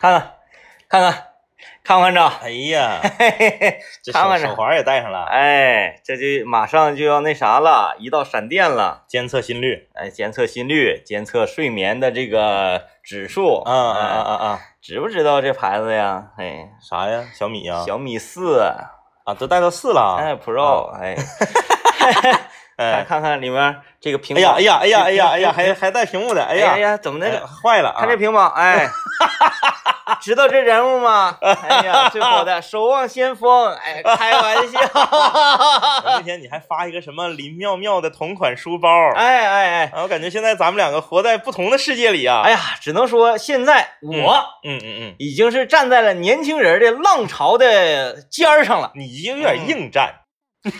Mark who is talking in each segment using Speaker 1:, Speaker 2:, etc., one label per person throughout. Speaker 1: 看看，看看，看不看着？
Speaker 2: 哎 呀，
Speaker 1: 嘿嘿嘿，
Speaker 2: 这
Speaker 1: 看
Speaker 2: 手
Speaker 1: 看着
Speaker 2: 手环也戴上了，
Speaker 1: 啊哎，这就马上就要那啥了，一道闪电了。
Speaker 2: 监测心率。
Speaker 1: 哎，监测心率，监测睡眠的这个指数。
Speaker 2: 啊啊
Speaker 1: 哎
Speaker 2: 啊啊啊！
Speaker 1: 知不知道这牌子呀？哎，
Speaker 2: 啥呀？小米呀？
Speaker 1: 小米四，
Speaker 2: 啊，都带到四了啊。
Speaker 1: 哎，Pro，哎，看
Speaker 2: 哎，
Speaker 1: 看看里面这个屏
Speaker 2: 哎
Speaker 1: 保，
Speaker 2: 呀哎呀哎呀哎呀哎呀，
Speaker 1: 屏
Speaker 2: 还还带屏幕的，哎
Speaker 1: 哎呀哎
Speaker 2: 呀，
Speaker 1: 呀，怎么
Speaker 2: 哎
Speaker 1: 的
Speaker 2: 呀？坏了啊！
Speaker 1: 看这屏保， 哎，知道这人物吗？哎呀，最火的守望先锋，哎，开玩 笑，
Speaker 2: 我那天你还发一个什么林妙妙的同款书包，
Speaker 1: 哎哎哎，
Speaker 2: 啊，我感觉现在咱们两个活在不同的世界里啊。
Speaker 1: 哎呀，只能说现在我
Speaker 2: 嗯嗯嗯，
Speaker 1: 已经是站在了年轻人的浪潮的尖儿上了。
Speaker 2: 你已经 有
Speaker 1: 嗯
Speaker 2: 点应战，有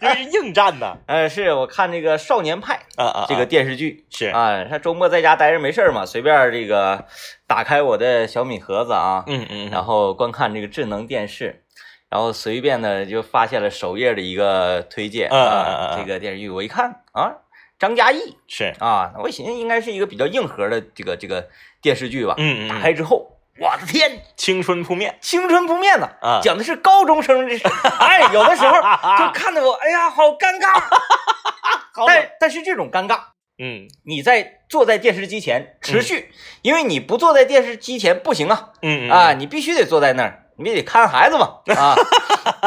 Speaker 2: 点应 战呐。
Speaker 1: 呃，是我看这个《少年派
Speaker 2: 啊啊，啊》
Speaker 1: 这个电视剧，
Speaker 2: 是
Speaker 1: 啊，他周末在家待着没事儿嘛，随便这个打开我的小米盒子啊，
Speaker 2: 嗯嗯嗯
Speaker 1: 然后观看这个智能电视，然后随便的就发现了首页的一个推荐
Speaker 2: 嗯嗯嗯
Speaker 1: 啊，
Speaker 2: 嗯
Speaker 1: 这个电视剧我一看啊，张嘉译
Speaker 2: 是，
Speaker 1: 啊，我寻思应该是一个比较硬核的这个这个电视剧吧，
Speaker 2: 嗯嗯
Speaker 1: 打
Speaker 2: 嗯，
Speaker 1: 开之后，我的天，
Speaker 2: 青春扑面
Speaker 1: 青春扑面呐！
Speaker 2: 啊，
Speaker 1: 讲的是高中生这事，哎，有的时 候就看得我，哎呀，好尴尬。啊
Speaker 2: 好冷
Speaker 1: 但但是这种尴尬，
Speaker 2: 嗯
Speaker 1: 你在坐在电视机前持续，因为你不坐在电视机前不行啊
Speaker 2: 嗯嗯
Speaker 1: 啊，你必须得坐在那儿，你得看孩子嘛啊。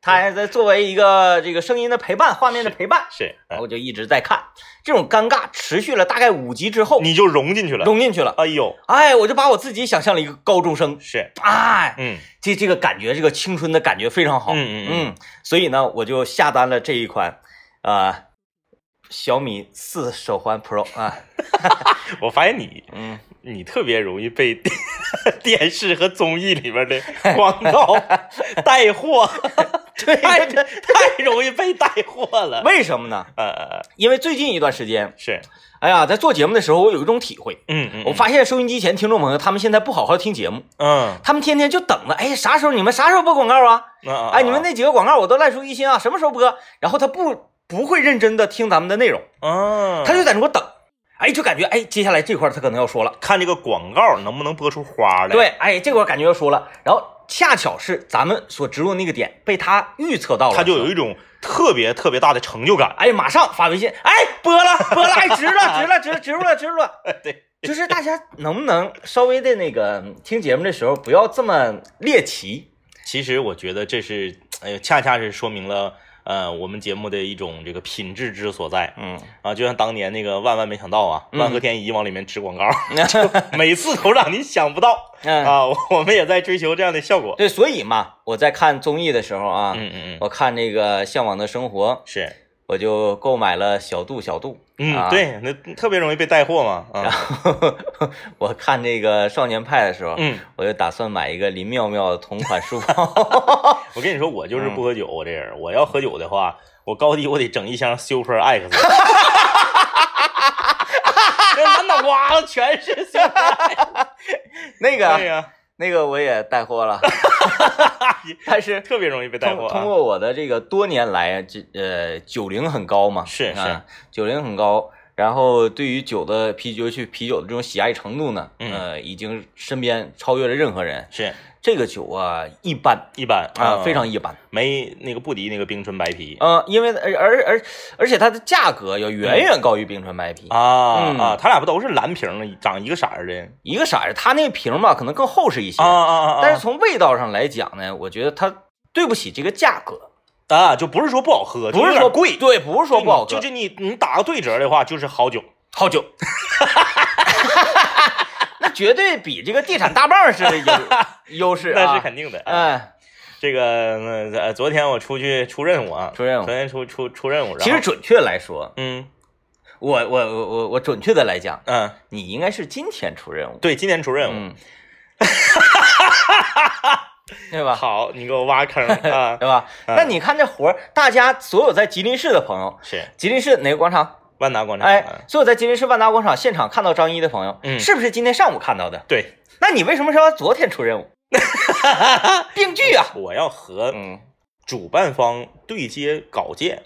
Speaker 1: 他还在作为一个这个声音的陪伴、画面的陪伴，
Speaker 2: 是，
Speaker 1: 然
Speaker 2: 嗯
Speaker 1: 后就一直在看。这种尴尬持续了大概五集之后，
Speaker 2: 你就融进去了。
Speaker 1: 融进去了。
Speaker 2: 哎呦，
Speaker 1: 哎，我就把我自己想象了一个高中生，
Speaker 2: 是，
Speaker 1: 哎，
Speaker 2: 嗯
Speaker 1: 这这个感觉，这个青春的感觉非常好。
Speaker 2: 嗯嗯
Speaker 1: 嗯，所以呢，我就下单了这一款，啊，小米四手环 Pro 啊，
Speaker 2: 我发现你
Speaker 1: 嗯，
Speaker 2: 你特别容易被 电视和综艺里边的广 告带货，
Speaker 1: 对
Speaker 2: 太太容易被带货了。
Speaker 1: 为什么呢？
Speaker 2: 呃呃，呃
Speaker 1: 因为最近一段时间，
Speaker 2: 是，
Speaker 1: 哎呀，在做节目的时候，我有一种体会，
Speaker 2: 嗯嗯，
Speaker 1: 我发现收音机前听众朋友他们现在不好好听节目，
Speaker 2: 嗯，
Speaker 1: 他们天天就等着，哎，啥时候你们啥时候播广告啊？
Speaker 2: 嗯啊
Speaker 1: 哎，你们那几个广告我都烂熟于心啊，什么时候播？然后他不不会认真的听咱们的内容，
Speaker 2: 嗯，
Speaker 1: 他就在那给我等，哎，就感觉哎，接下来这块儿他可能要说了。
Speaker 2: 看这个广告能不能播出花来。，
Speaker 1: 对，哎，这个我感觉要说了，然后恰巧是咱们所植入那个点被他预测到了，
Speaker 2: 他就有一种特别特别大的成就感。
Speaker 1: 哎，马上发微信，哎，播了，播了，哎，植了，植了，植植入了，植入了。
Speaker 2: 对，
Speaker 1: 就是大家能不能稍微的那个嗯听节目的时候不要这么猎奇？
Speaker 2: 其实我觉得这是，哎呦，恰恰是说明了。呃，我们节目的一种这个品质之所在
Speaker 1: 嗯，
Speaker 2: 啊，就像当年那个万万没想到啊，
Speaker 1: 嗯
Speaker 2: 万和天宜往里面植广 告，每次都让你想不到
Speaker 1: 嗯
Speaker 2: 啊。我我们也在追求这样的效果。
Speaker 1: 对，所以嘛，我在看综艺的时候啊，
Speaker 2: 嗯嗯嗯，
Speaker 1: 我看那个《向往的生活》，
Speaker 2: 是，
Speaker 1: 我就购买了小度小度。 啊
Speaker 2: 嗯，对，那特别容易被带货嘛。
Speaker 1: 然
Speaker 2: 啊，
Speaker 1: 后我看这个《少年派》的时候，
Speaker 2: 嗯，
Speaker 1: 我就打算买一个林妙妙同款 书包。
Speaker 2: 我跟你说，我就是不喝酒，我这人，我要喝酒的话，我高低我得整一箱 Super X。这满脑瓜子全是 Super，
Speaker 1: 那
Speaker 2: 对啊
Speaker 1: 个
Speaker 2: 哎呀，
Speaker 1: 那个我也带货 了，但 是
Speaker 2: 特别容易被带
Speaker 1: 通
Speaker 2: 货
Speaker 1: 通
Speaker 2: 啊。
Speaker 1: 过我的这个多年来，这呃酒龄很高嘛，
Speaker 2: 是
Speaker 1: 啊，酒龄很高。然后对于酒的啤酒去啤酒的这种喜爱程度呢，
Speaker 2: 嗯
Speaker 1: 呃，已经身边超越了任何人。
Speaker 2: 是
Speaker 1: 这个酒啊，一般
Speaker 2: 一般呃
Speaker 1: 啊，非常一般。
Speaker 2: 没那个不敌那个冰纯白啤
Speaker 1: 呃，因为而而而而且它的价格要远远高于冰川白啤，
Speaker 2: 啊
Speaker 1: 嗯
Speaker 2: 啊，他俩不都是蓝瓶儿长一个色儿的
Speaker 1: 一个色儿，它那个瓶吧可能更厚实一些，
Speaker 2: 啊啊啊！
Speaker 1: 但是从味道上来讲呢，我觉得它对不起这个价格。
Speaker 2: 啊，就不是说不好喝，就
Speaker 1: 不
Speaker 2: 有
Speaker 1: 是
Speaker 2: 点
Speaker 1: 说
Speaker 2: 贵，
Speaker 1: 对，不是说不好喝，
Speaker 2: 就是你你打个对折的话，就是好酒。
Speaker 1: 好酒。 那绝对比这个地产大棒似的 有优势啊！
Speaker 2: 那是肯定的。
Speaker 1: 哎，
Speaker 2: 这个嗯呃，昨天我出去出任务啊，
Speaker 1: 出任务
Speaker 2: 昨天出出出任务，然后
Speaker 1: 其实准确来说，
Speaker 2: 嗯
Speaker 1: 我我我我我准确的来讲，
Speaker 2: 嗯，
Speaker 1: 你应该是今天出任务，
Speaker 2: 对，今天出任务，
Speaker 1: 嗯， 对吧？
Speaker 2: 好，你给我挖坑 啊，
Speaker 1: 对吧？
Speaker 2: 嗯
Speaker 1: 那你看这活儿，大家所有在吉林市的朋友，
Speaker 2: 是
Speaker 1: 吉林市哪个广场？
Speaker 2: 万达广场，
Speaker 1: 哎
Speaker 2: 啊，
Speaker 1: 所有在吉林市万达广场现场看到张一的朋友，
Speaker 2: 嗯
Speaker 1: 是不是今天上午看到的？
Speaker 2: 对，
Speaker 1: 那你为什么说昨天出 任务？病句啊！
Speaker 2: 我要和
Speaker 1: 嗯
Speaker 2: 主办方对接稿件，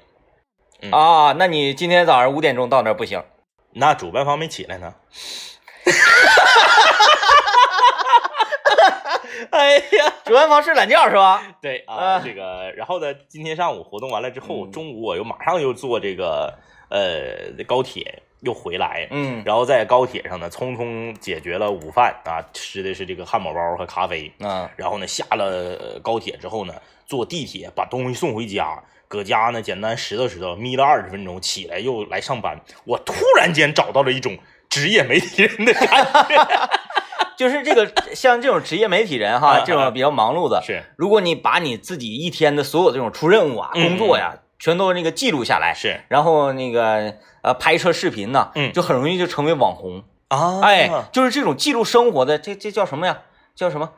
Speaker 2: 嗯
Speaker 1: 啊，那你今天早上五点钟到那儿不行，
Speaker 2: 那主办方没起来呢， 哎呀，
Speaker 1: 主办方是懒觉是吧？
Speaker 2: 对啊，
Speaker 1: 啊
Speaker 2: 这个，然后呢，今天上午活动完了之后，
Speaker 1: 嗯
Speaker 2: 中午我又马上又坐这个呃高铁又回来，
Speaker 1: 嗯
Speaker 2: 然后在高铁上呢，匆匆解决了午饭啊，吃的是这个汉堡包和咖啡。
Speaker 1: 啊，
Speaker 2: 然后呢，下了呃高铁之后呢，坐地铁把东西送回家，搁家呢简单拾掇拾掇，眯了二十分钟，起来又来上班。我突然间找到了一种职业媒体人的感觉，
Speaker 1: 就是这个像这种职业媒体人哈，
Speaker 2: 啊
Speaker 1: 这种比较忙碌的，
Speaker 2: 是
Speaker 1: 如果你把你自己一天的所有这种出任务啊、
Speaker 2: 嗯
Speaker 1: 工作呀，全都那个记录下来，
Speaker 2: 是
Speaker 1: 然后那个呃拍摄视频呢，
Speaker 2: 嗯
Speaker 1: 就很容易就成为网红。
Speaker 2: 啊
Speaker 1: 哎，就是这种记录生活的，这这叫什么呀？叫什么？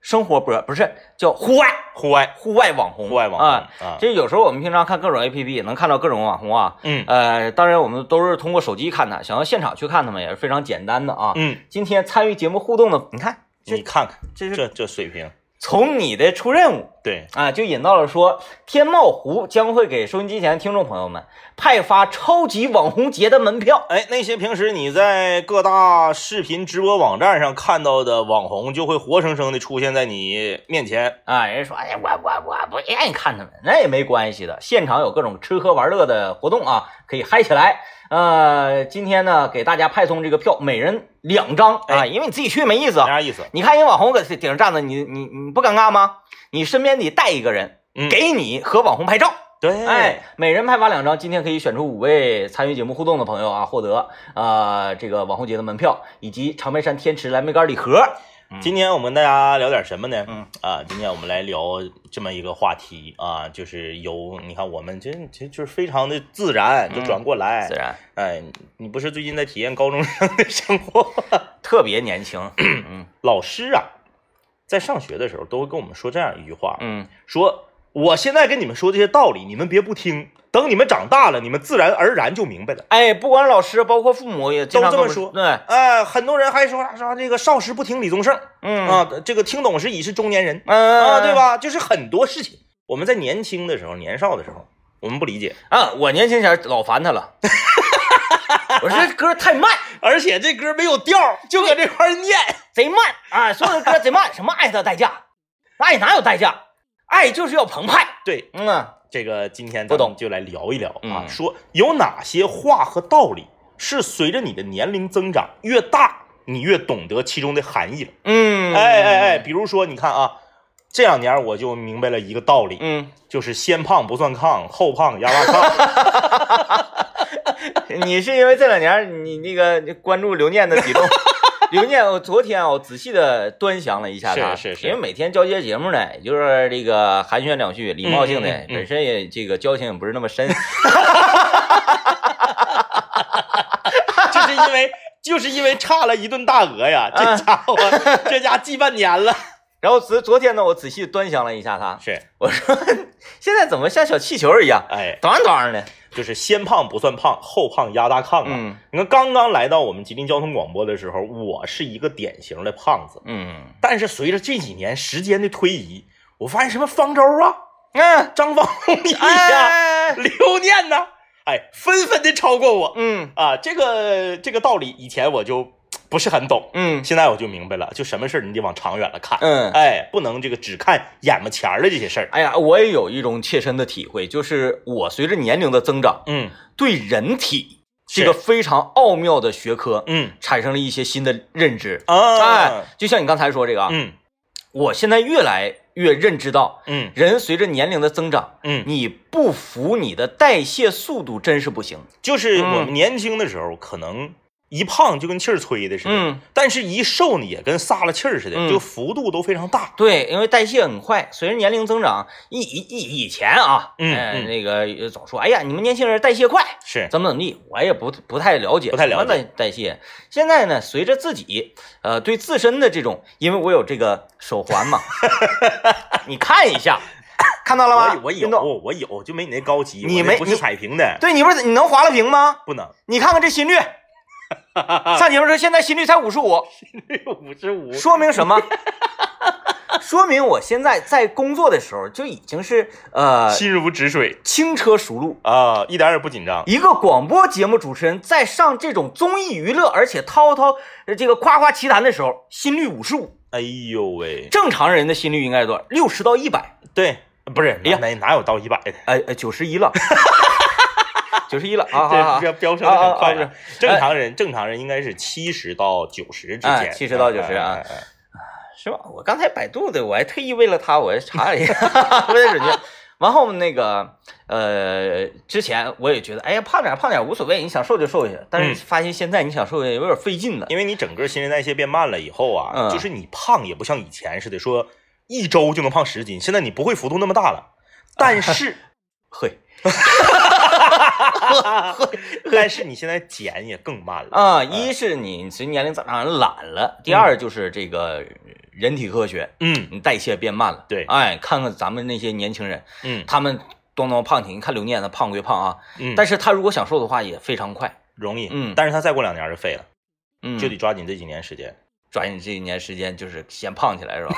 Speaker 1: 生活博不是叫户外
Speaker 2: 户外
Speaker 1: 户外网红，
Speaker 2: 户外网红
Speaker 1: 啊。
Speaker 2: 啊，
Speaker 1: 这有时候我们平常看各种 A P P 能看到各种网红啊，
Speaker 2: 嗯
Speaker 1: 呃，当然我们都是通过手机看的，想要现场去看他们也是非常简单的啊。
Speaker 2: 嗯，
Speaker 1: 今天参与节目互动的，你看这
Speaker 2: 你看看
Speaker 1: 这是
Speaker 2: 这这水平，
Speaker 1: 从你的出任务
Speaker 2: 对，
Speaker 1: 啊，就引到了说天茂湖将会给收音机前的听众朋友们派发超级网红节的门票。
Speaker 2: 哎，那些平时你在各大视频直播网站上看到的网红，就会活生生的出现在你面前。
Speaker 1: 啊，人家说，哎呀，我我我不愿意看他们，那也没关系的。现场有各种吃喝玩乐的活动啊，可以嗨起来。呃，今天呢，给大家派送这个票，每人两张啊，
Speaker 2: 哎
Speaker 1: 因为你自己去没意思
Speaker 2: 没
Speaker 1: 啊。
Speaker 2: 啥意思？
Speaker 1: 你看人网红搁顶上站着，你你你不尴尬吗？你身边得带一个人，
Speaker 2: 嗯，
Speaker 1: 给你和网红拍照。
Speaker 2: 对，
Speaker 1: 哎，每人派发两张，今天可以选出五位参与节目互动的朋友啊，获得呃这个网红节的门票以及长白山天池蓝莓干礼盒。
Speaker 2: 今天我们大家聊点什么呢？
Speaker 1: 嗯
Speaker 2: 啊，今天我们来聊这么一个话题啊，就是由你看我们这这就是非常的自然就转过来。
Speaker 1: 自然
Speaker 2: 哎，你不是最近在体验高中生的生活？
Speaker 1: 特别年轻，嗯
Speaker 2: 老师啊，在上学的时候都会跟我们说这样一句话，
Speaker 1: 嗯。
Speaker 2: 说我现在跟你们说这些道理，你们别不听，等你们长大了，你们自然而然就明白了。
Speaker 1: 哎，不管是老师，包括父母也经常
Speaker 2: 都这么
Speaker 1: 跟我
Speaker 2: 说
Speaker 1: 对，
Speaker 2: 哎，很多人还说啥啥这个少时不听李宗盛、
Speaker 1: 嗯
Speaker 2: 啊，这个听懂是已是中年人、
Speaker 1: 嗯
Speaker 2: 啊，对？吧？就是很多事情，我们在年轻的时候、年少的时候，我们不理解，
Speaker 1: 啊，我年轻前儿老烦他 了，我说这歌太慢，
Speaker 2: 而且这歌没有调儿，就搁这块儿念。
Speaker 1: 贼慢啊，所有的歌贼慢，什么爱的代价？爱哪有代价？爱就是要澎湃。
Speaker 2: 对，
Speaker 1: 嗯啊，
Speaker 2: 这个今天
Speaker 1: 不
Speaker 2: 咱
Speaker 1: 懂
Speaker 2: 们就来聊一聊啊，
Speaker 1: 嗯
Speaker 2: 说有哪些话和道理是随着你的年龄增长越大，你越懂得其中的含义了。
Speaker 1: 嗯，
Speaker 2: 哎哎哎，，比如说你看啊，这两年我就明白了一个道理，
Speaker 1: 嗯，
Speaker 2: 就是先胖不算炕，后胖压拉 炕。
Speaker 1: 你是因为这两年儿你那个你关注刘念的体重。刘念，我昨天啊我仔细的端详了一下他，
Speaker 2: 是是是
Speaker 1: 因为每天交接节目呢，也就是这个寒暄两句，礼貌性的，
Speaker 2: 嗯嗯嗯嗯
Speaker 1: 本身也这个交情也不是那么深，
Speaker 2: 就是因为就是因为差了一顿大鹅呀，这家 伙这家记半年了。
Speaker 1: 然后昨昨天呢，我仔细端详了一下他，
Speaker 2: 是，
Speaker 1: 我说现在怎么像小气球一样，
Speaker 2: 哎，
Speaker 1: 短短的？
Speaker 2: 就是先胖不算胖，后胖压大炕啊。
Speaker 1: 嗯
Speaker 2: 你看刚刚来到我们吉林交通广播的时候，我是一个典型的胖子，
Speaker 1: 嗯，
Speaker 2: 但是随着这几年时间的推移，我发现什么方舟啊、
Speaker 1: 啊，
Speaker 2: 张方弘毅呀、
Speaker 1: 哎，
Speaker 2: 刘念呐、哎，纷纷的超过我。
Speaker 1: 嗯
Speaker 2: 啊，这个这个道理以前我就不是很懂，
Speaker 1: 嗯
Speaker 2: 现在我就明白了，就什么事儿你得往长远了看，
Speaker 1: 嗯，
Speaker 2: 哎，不能这个只看眼巴前儿的这些事儿，
Speaker 1: 哎呀，我也有一种切身的体会，就是我随着年龄的增长，
Speaker 2: 嗯
Speaker 1: 对人体
Speaker 2: 是
Speaker 1: 这个非常奥妙的学科
Speaker 2: 嗯
Speaker 1: 产生了一些新的认知。
Speaker 2: 啊
Speaker 1: 哎，，就像你刚才说这个啊，
Speaker 2: 嗯
Speaker 1: 我现在越来越认知到，
Speaker 2: 嗯
Speaker 1: 人随着年龄的增长，
Speaker 2: 嗯，
Speaker 1: 你不服你的代谢速度真是不行。
Speaker 2: 就是我们
Speaker 1: 嗯
Speaker 2: 年轻的时候可能。一胖就跟气儿吹的似的，
Speaker 1: 嗯
Speaker 2: 但是一瘦呢也跟撒了气儿似的，
Speaker 1: 嗯
Speaker 2: 就幅度都非常大。
Speaker 1: 对，因为代谢很快，随着年龄增长，以以以以前啊，
Speaker 2: 嗯
Speaker 1: 呃
Speaker 2: 嗯
Speaker 1: 那个总说，哎呀，你们年轻人代谢快，
Speaker 2: 是，
Speaker 1: 怎么怎么地，我也不不太了解，
Speaker 2: 不太了解
Speaker 1: 代代谢。现在呢，随着自己，呃，对自身的这种，因为我有这个手环嘛， 你看一下，看到了
Speaker 2: 我
Speaker 1: 吗？
Speaker 2: 我有
Speaker 1: 运动，
Speaker 2: 我有，就没你那高级。
Speaker 1: 你
Speaker 2: 我这
Speaker 1: 没
Speaker 2: 不
Speaker 1: 你
Speaker 2: 是彩屏的，
Speaker 1: 对你不是你能划了屏吗？
Speaker 2: 不能。
Speaker 1: 你看看这 心率， 上节目说现在心率才五十五，
Speaker 2: 五十五
Speaker 1: 说明什么？ 说明我现在在工作的时候就已经是呃
Speaker 2: 心如止水
Speaker 1: 轻车熟路。
Speaker 2: 啊，一点儿也不紧张。
Speaker 1: 一个广播节目主持人在上这种综艺娱乐，而且滔滔呃这个夸夸其谈的时候，心率五十五，
Speaker 2: 哎呦喂，
Speaker 1: 正常人的心率应该是多少？六十到一百，
Speaker 2: 对，不是，
Speaker 1: 哎呀
Speaker 2: 哪哪有到一百的？
Speaker 1: 呃呃，九十一了， 九十一了啊！好好
Speaker 2: 这
Speaker 1: 好
Speaker 2: 飙飙升的很快
Speaker 1: 啊啊啊
Speaker 2: 啊！正常人，正常人应该是七十到九十之
Speaker 1: 哎
Speaker 2: 间，
Speaker 1: 70到90啊
Speaker 2: 哎哎哎
Speaker 1: 是吧？我刚才百度的，我还特意为了他，我还查了一下， 为了准确。完后那个，呃，之前我也觉得，哎呀，胖点儿胖点儿无所谓，你想瘦就瘦下。但是
Speaker 2: 嗯
Speaker 1: 发现现在你想瘦下有点费劲了。
Speaker 2: 因为你整个新陈代谢变慢了以后啊，
Speaker 1: 嗯
Speaker 2: 就是你胖也不像以前似的说一周就能胖十斤，现在你不会幅度那么 大了。但是，
Speaker 1: 嘿，
Speaker 2: 但是你现在减也更慢了。
Speaker 1: 啊，一是你随着年龄增长懒了，第二就是这个人体科学，
Speaker 2: 嗯
Speaker 1: 你代谢变慢了。
Speaker 2: 对
Speaker 1: 哎，看看咱们那些年轻人，
Speaker 2: 嗯
Speaker 1: 他们咚咚胖挺，你看刘念他胖归胖啊，
Speaker 2: 嗯，
Speaker 1: 但是他如果想瘦的话也非常快。
Speaker 2: 容易。
Speaker 1: 嗯
Speaker 2: 但是他再过两年就废了，
Speaker 1: 嗯，
Speaker 2: 就得抓紧这几年时 间，
Speaker 1: 抓紧这一年时间，就是先胖起来，是吧？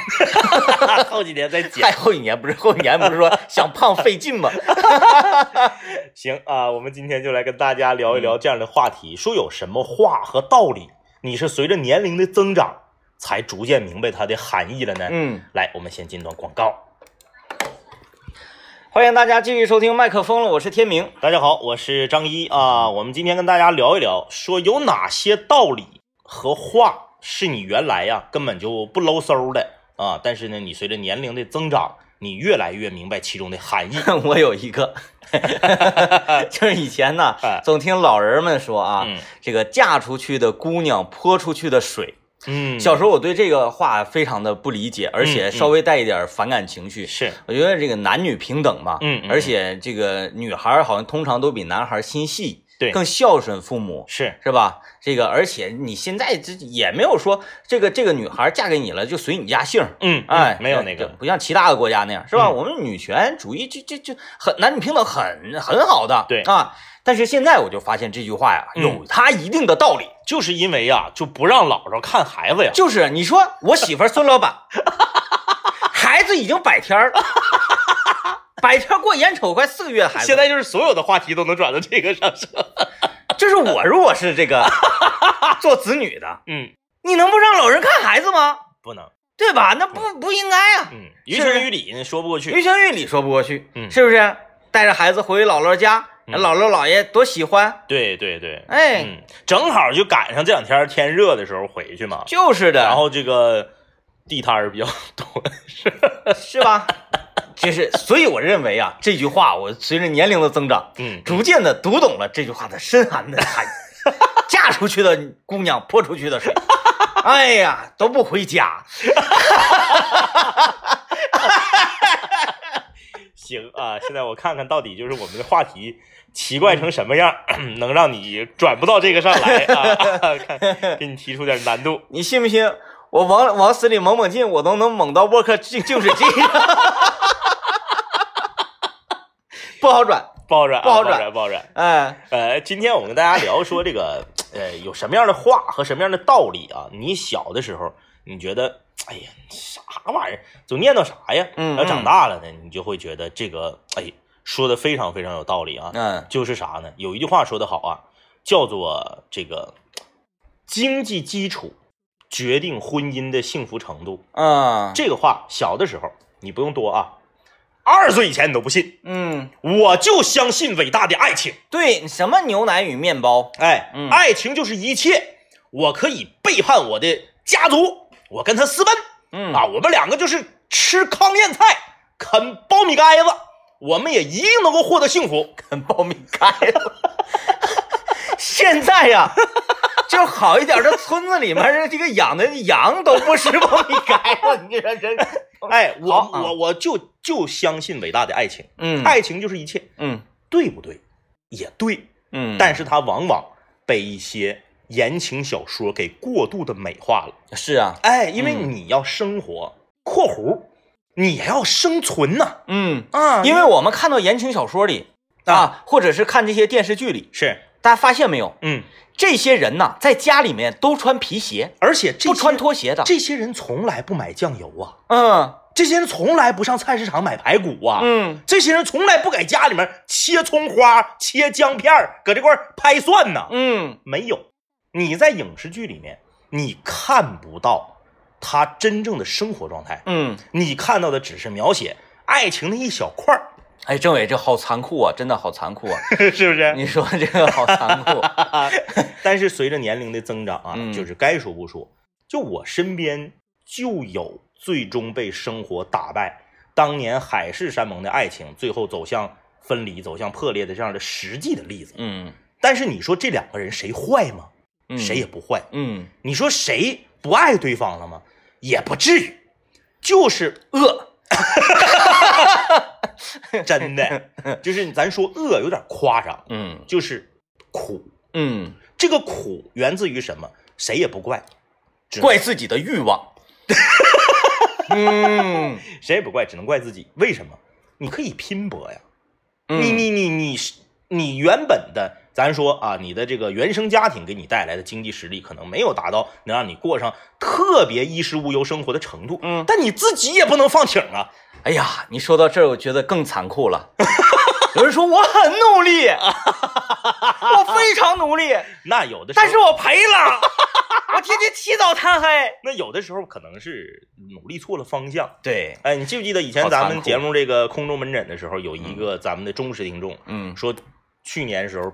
Speaker 2: 后几年再 减
Speaker 1: 再。后一年不是后一年不是 说想胖费劲吗？
Speaker 2: 行啊，我们今天就来跟大家聊一
Speaker 1: 嗯
Speaker 2: 聊这样的话题，说有什么话和道理，你是随着年龄的增长才逐渐明白它的含义了呢？，
Speaker 1: 嗯，
Speaker 2: 来，我们先进段广告。
Speaker 1: 欢迎大家继续收听麦克风了，我是天明。
Speaker 2: 大家好，我是张一啊。我们今天跟大家聊一聊，说有哪些道理和话是你原来呀、根本就不搂搜的啊，但是呢，你随着年龄的增长，你越来越明白其中的含义。
Speaker 1: 我有一 个， 就是以前呢
Speaker 2: 哎，
Speaker 1: 总听老人们说啊，
Speaker 2: 嗯
Speaker 1: 这个嫁出去的姑娘泼出去的水。
Speaker 2: 嗯，
Speaker 1: 小时候我对这个话非常的不理解，而且
Speaker 2: 嗯
Speaker 1: 稍微带一点反感情绪。
Speaker 2: 是
Speaker 1: 我觉得这个男女平等嘛，
Speaker 2: 嗯嗯
Speaker 1: 而且这个女孩儿好像通常都比男孩儿心细，
Speaker 2: 对
Speaker 1: 更孝顺父母，
Speaker 2: 是，
Speaker 1: 是吧？这个，而且你现在这也没有说这个这个女孩嫁给你了就随你家姓儿，
Speaker 2: 嗯，
Speaker 1: 哎，
Speaker 2: 没有
Speaker 1: 这
Speaker 2: 那
Speaker 1: 这
Speaker 2: 个，
Speaker 1: 不像其他的国家那样，是吧？
Speaker 2: 嗯
Speaker 1: 我们女权主义这这这很男女平等很很好的，
Speaker 2: 对
Speaker 1: 啊。但是现在我就发现这句话呀，
Speaker 2: 嗯
Speaker 1: 有它一定的道理。
Speaker 2: 就是因为呀、就不让姥姥看孩子呀。
Speaker 1: 就是你说我媳妇儿孙老板，孩子已经百天儿了，百天儿过眼瞅快四个月的孩子，
Speaker 2: 现在就是所有的话题都能转到这个上去。
Speaker 1: 就是我如果是这 个做子女的，
Speaker 2: 嗯，
Speaker 1: 你能不让老人看孩子吗？
Speaker 2: 不能，
Speaker 1: 对吧？那不不应该啊，
Speaker 2: 嗯，于情于理呢说不过去。
Speaker 1: 于情于理说不过去，
Speaker 2: 嗯
Speaker 1: 是不是？带着孩子回姥姥家，
Speaker 2: 嗯
Speaker 1: 姥姥姥爷多喜欢，
Speaker 2: 对对对，
Speaker 1: 哎
Speaker 2: 嗯，正好就赶上这两天天热的时候回去嘛。
Speaker 1: 就是的，
Speaker 2: 然后这个地摊儿比 较多，
Speaker 1: 是 吧？就是，所以我认为啊，这句话我随着年龄的增长，
Speaker 2: 嗯
Speaker 1: 逐渐的读懂了这句话的深含的含义。嫁出去的姑娘泼出去的水，哎呀，都不回家。
Speaker 2: 行啊。现在我看看到底就是我们的话题奇怪成什么样， 能让你转不到这个上来啊？ 看，给你提出点难度。
Speaker 1: 你信不信？我往往死里猛猛进，我都能猛到沃克净净水器。 不好转，
Speaker 2: 不好转啊，
Speaker 1: 不
Speaker 2: 不
Speaker 1: 好
Speaker 2: 好
Speaker 1: 转
Speaker 2: 转，不好转。
Speaker 1: 哎，
Speaker 2: 呃，今天我们跟大家聊说这个，呃，有什么样的话和什么样的道理啊？你小的时候，你觉得，哎呀，啥玩意儿，总念叨啥呀？
Speaker 1: 嗯
Speaker 2: 然
Speaker 1: 嗯
Speaker 2: 后长大了呢，你就会觉得这个，哎，说的非常非常有道理啊。
Speaker 1: 嗯，
Speaker 2: 就是啥呢？有一句话说得好啊，叫做这个经济基础决定婚姻的幸福程度。
Speaker 1: 嗯，
Speaker 2: 这个话小的时候你不用多啊，二十岁以前你都不信，
Speaker 1: 嗯，
Speaker 2: 我就相信伟大的爱情。
Speaker 1: 对，什么牛奶与面包？
Speaker 2: 哎，
Speaker 1: 嗯
Speaker 2: 爱情就是一切，我可以背叛我的家族，我跟他私奔、
Speaker 1: 嗯
Speaker 2: 啊，我们两个就是吃糠咽菜，啃苞米盖子，我们也一定能够获得幸福。
Speaker 1: 跟苞米盖 了。现在呀、 就好一点的村子里面，这个养的羊都不吃苞米盖了，你说这，
Speaker 2: 哎，我、
Speaker 1: 好啊
Speaker 2: 我我就就相信伟大的爱情，
Speaker 1: 嗯
Speaker 2: 爱情就是一切，
Speaker 1: 嗯
Speaker 2: 对不对？也对，
Speaker 1: 嗯，
Speaker 2: 但是它往往被一些言情小说给过度的美化了。
Speaker 1: 是啊，
Speaker 2: 哎，因为
Speaker 1: 嗯
Speaker 2: 你要生活（括弧），你还要生存呐
Speaker 1: 嗯，
Speaker 2: 啊
Speaker 1: 因为我们看到言情小说里啊，或者是看这些电视剧里，
Speaker 2: 是
Speaker 1: 大家发现没有，
Speaker 2: 嗯，
Speaker 1: 这些人呐，在家里面都穿皮鞋，
Speaker 2: 而且这
Speaker 1: 不穿
Speaker 2: 些
Speaker 1: 拖鞋的，
Speaker 2: 这些人从来不买酱油啊，
Speaker 1: 嗯，
Speaker 2: 这些人从来不上菜市场买排骨啊，
Speaker 1: 嗯，
Speaker 2: 这些人从来不在家里面切葱花、切姜片儿搁这块儿拍蒜呢，
Speaker 1: 嗯，
Speaker 2: 没有。你在影视剧里面，你看不到他真正的生活状态，
Speaker 1: 嗯，
Speaker 2: 你看到的只是描写爱情的一小块儿，
Speaker 1: 哎，政委这好残酷啊，真的好残酷啊！
Speaker 2: 是不是？
Speaker 1: 你说这个好残酷，
Speaker 2: 但是随着年龄的增长啊，
Speaker 1: 嗯
Speaker 2: 就是该说不说，就我身边就有最终被生活打败，当年海誓山盟的爱情，最后走向分离、走向破裂的这样的实际的例子。
Speaker 1: 嗯，
Speaker 2: 但是你说这两个人谁坏吗？
Speaker 1: 嗯
Speaker 2: 谁也，不坏。
Speaker 1: 嗯
Speaker 2: 你说谁不爱对方了吗？也不至于，就是恶。
Speaker 1: 呃
Speaker 2: 真的， 就是咱说恶有点夸张，
Speaker 1: 嗯
Speaker 2: 就是苦。
Speaker 1: 嗯，
Speaker 2: 这个苦源自于什么？谁也不怪，只能
Speaker 1: 怪自己的欲望。 嗯，
Speaker 2: 谁也不怪，只能怪自己。为什么？你可以拼搏呀，
Speaker 1: 嗯
Speaker 2: 你你你你是你原本的，咱说啊，你的这个原生家庭给你带来的经济实力，可能没有达到能让你过上特别衣食无忧生活的程度，
Speaker 1: 嗯
Speaker 2: 但你自己也不能放挺啊，
Speaker 1: 哎呀，你说到这儿，我觉得更残酷了。 有人说我很努力，我非常努力，
Speaker 2: 那有的时候，
Speaker 1: 但是我赔了，我天天起早贪黑。
Speaker 2: 那有的时候可能是努力错了方向。
Speaker 1: 对，
Speaker 2: 哎，你记不记得以前
Speaker 1: 好
Speaker 2: 咱
Speaker 1: 残
Speaker 2: 们
Speaker 1: 酷
Speaker 2: 节目这个空中门诊的时候，有一个咱们的忠实听众
Speaker 1: 嗯
Speaker 2: 说，去年时候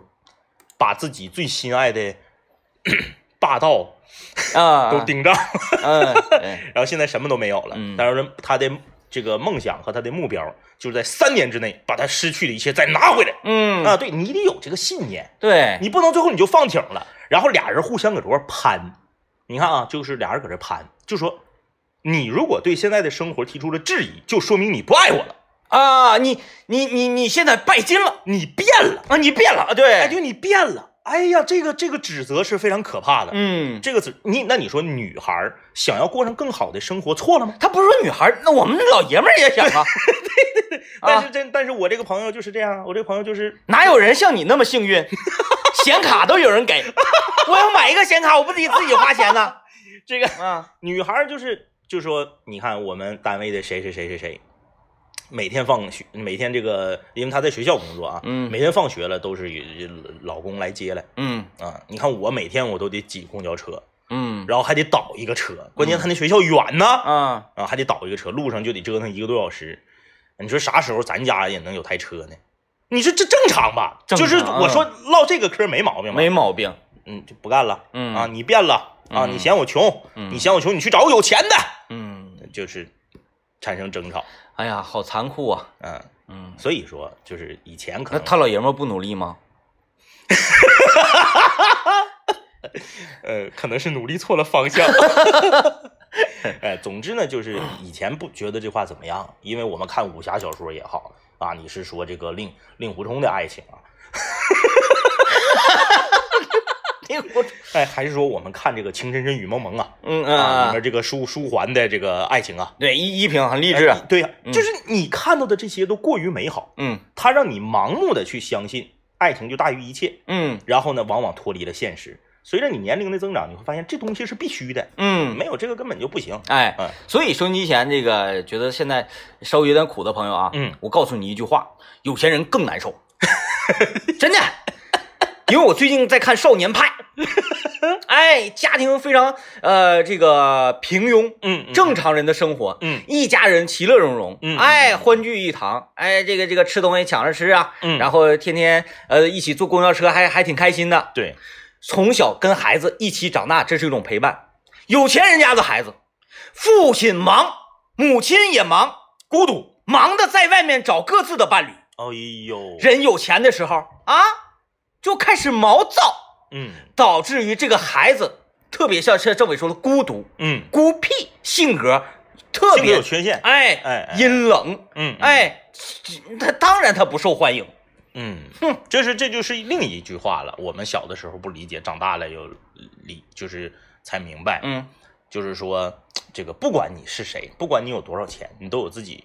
Speaker 2: 把自己最心爱的 霸道
Speaker 1: 啊，
Speaker 2: 都盯上了
Speaker 1: 嗯，对
Speaker 2: 然后现在什么都没有了。
Speaker 1: 嗯
Speaker 2: 但是他的这个梦想和他的目标，就是在三年之内把他失去的一切再拿回来。
Speaker 1: 嗯，
Speaker 2: 啊，对你得有这个信念，
Speaker 1: 对，
Speaker 2: 你不能最后你就放挺了。然后俩人互相搁这块儿攀，你看啊，就是俩人搁这攀，就说你如果对现在的生活提出了质疑，就说明你不爱我了，
Speaker 1: 啊，你你你你现在拜金了
Speaker 2: 你变了，
Speaker 1: 啊，你变了啊，对，
Speaker 2: 哎，对你变了。哎呀，这个这个指责是非常可怕的。
Speaker 1: 嗯，
Speaker 2: 这个指你那你说女孩儿想要过上更好的生活错了吗？
Speaker 1: 他不是说女孩儿，那我们老爷们儿也想 啊，
Speaker 2: 但是真，但是我这个朋友就是这样啊，我这个朋友就是
Speaker 1: 哪有人像你那么幸 运，显卡都有人 给，我要买一个显卡，我不得自己花钱呢？
Speaker 2: 这个
Speaker 1: 啊，
Speaker 2: 女孩儿就是就说，你看我们单位的谁谁谁谁谁，每天放学，每天这个，因为她在学校工作啊，
Speaker 1: 嗯
Speaker 2: 每天放学了都是以老公来接来
Speaker 1: 嗯
Speaker 2: 啊。你看我每天我都得挤公交车，
Speaker 1: 嗯
Speaker 2: 然后还得倒一个车，关键她那学校远呢，
Speaker 1: 啊，
Speaker 2: 啊，还得倒一个车，路上就得折腾一个多小时。你说啥时候咱家也能有台车呢？你说这正常吧？
Speaker 1: 正
Speaker 2: 就是
Speaker 1: 常啊
Speaker 2: 我说唠这个嗑没毛病吧？
Speaker 1: 没毛病，
Speaker 2: 嗯，就不干了。
Speaker 1: 嗯
Speaker 2: 啊，你变了啊，
Speaker 1: 嗯
Speaker 2: 你嫌我穷，
Speaker 1: 嗯
Speaker 2: 你嫌我穷，你去找个有钱的，
Speaker 1: 嗯，
Speaker 2: 就是产生争吵。
Speaker 1: 哎呀，好残酷啊，
Speaker 2: 嗯，
Speaker 1: 嗯，
Speaker 2: 所以说就是以前可
Speaker 1: 那
Speaker 2: 能
Speaker 1: 他老爷们儿不努力吗？
Speaker 2: 呃，可能是努力错了 方向。哎，总之呢，就是以前不觉得这话怎么样，因为我们看武侠小说也好啊，你是说这个令令狐冲的爱情啊，哎，还是说我们看这个《情深深雨蒙蒙》啊，
Speaker 1: 嗯
Speaker 2: 啊，里
Speaker 1: 啊
Speaker 2: 面，这个舒舒缓的这个爱情啊，哎
Speaker 1: 对，依依萍很励志啊，
Speaker 2: 对呀、
Speaker 1: 嗯
Speaker 2: 就是你看到的这些都过于美好，
Speaker 1: 嗯
Speaker 2: 它让你盲目的去相信爱情就大于一切，
Speaker 1: 嗯
Speaker 2: 然后呢，往往脱离了现实。随着你年龄的增长，你会发现这东西是必须的，
Speaker 1: 嗯，
Speaker 2: 没有这个根本就不行。
Speaker 1: 哎
Speaker 2: 嗯，
Speaker 1: 所以收音机前这个觉得现在稍微有点苦的朋友啊，
Speaker 2: 嗯，
Speaker 1: 我告诉你一句话，有钱人更难受， 真的，因为我最近在看《少年派》，哎，家庭非常呃这个平庸，
Speaker 2: 嗯
Speaker 1: 正常人的生活，
Speaker 2: 嗯
Speaker 1: 一家人其乐融融，
Speaker 2: 嗯
Speaker 1: 哎，欢聚一堂，哎，这个这个吃东西抢着吃啊，
Speaker 2: 嗯
Speaker 1: 然后天天呃一起坐公交车还还挺开心的，
Speaker 2: 对，
Speaker 1: 从小跟孩子一起长大，这是一种陪伴。有钱人家的孩子，父亲忙，母亲也忙，孤独，忙的在外面找各自的伴侣。
Speaker 2: 哎呦，
Speaker 1: 人有钱的时候啊，就开始毛躁，
Speaker 2: 嗯
Speaker 1: 导致于这个孩子特别像像政委说的孤独、
Speaker 2: 嗯，
Speaker 1: 孤僻，性格特
Speaker 2: 性格有
Speaker 1: 别
Speaker 2: 缺陷，
Speaker 1: 哎
Speaker 2: 哎哎
Speaker 1: 阴冷，
Speaker 2: 嗯，
Speaker 1: 哎，他当然他不受欢迎。
Speaker 2: 嗯，
Speaker 1: 哼
Speaker 2: 这是这就是另一句话了。我们小的时候不理解，长大了有理，就是才明白，
Speaker 1: 嗯
Speaker 2: 就是说这个不管你是谁，不管你有多少钱，你都有自己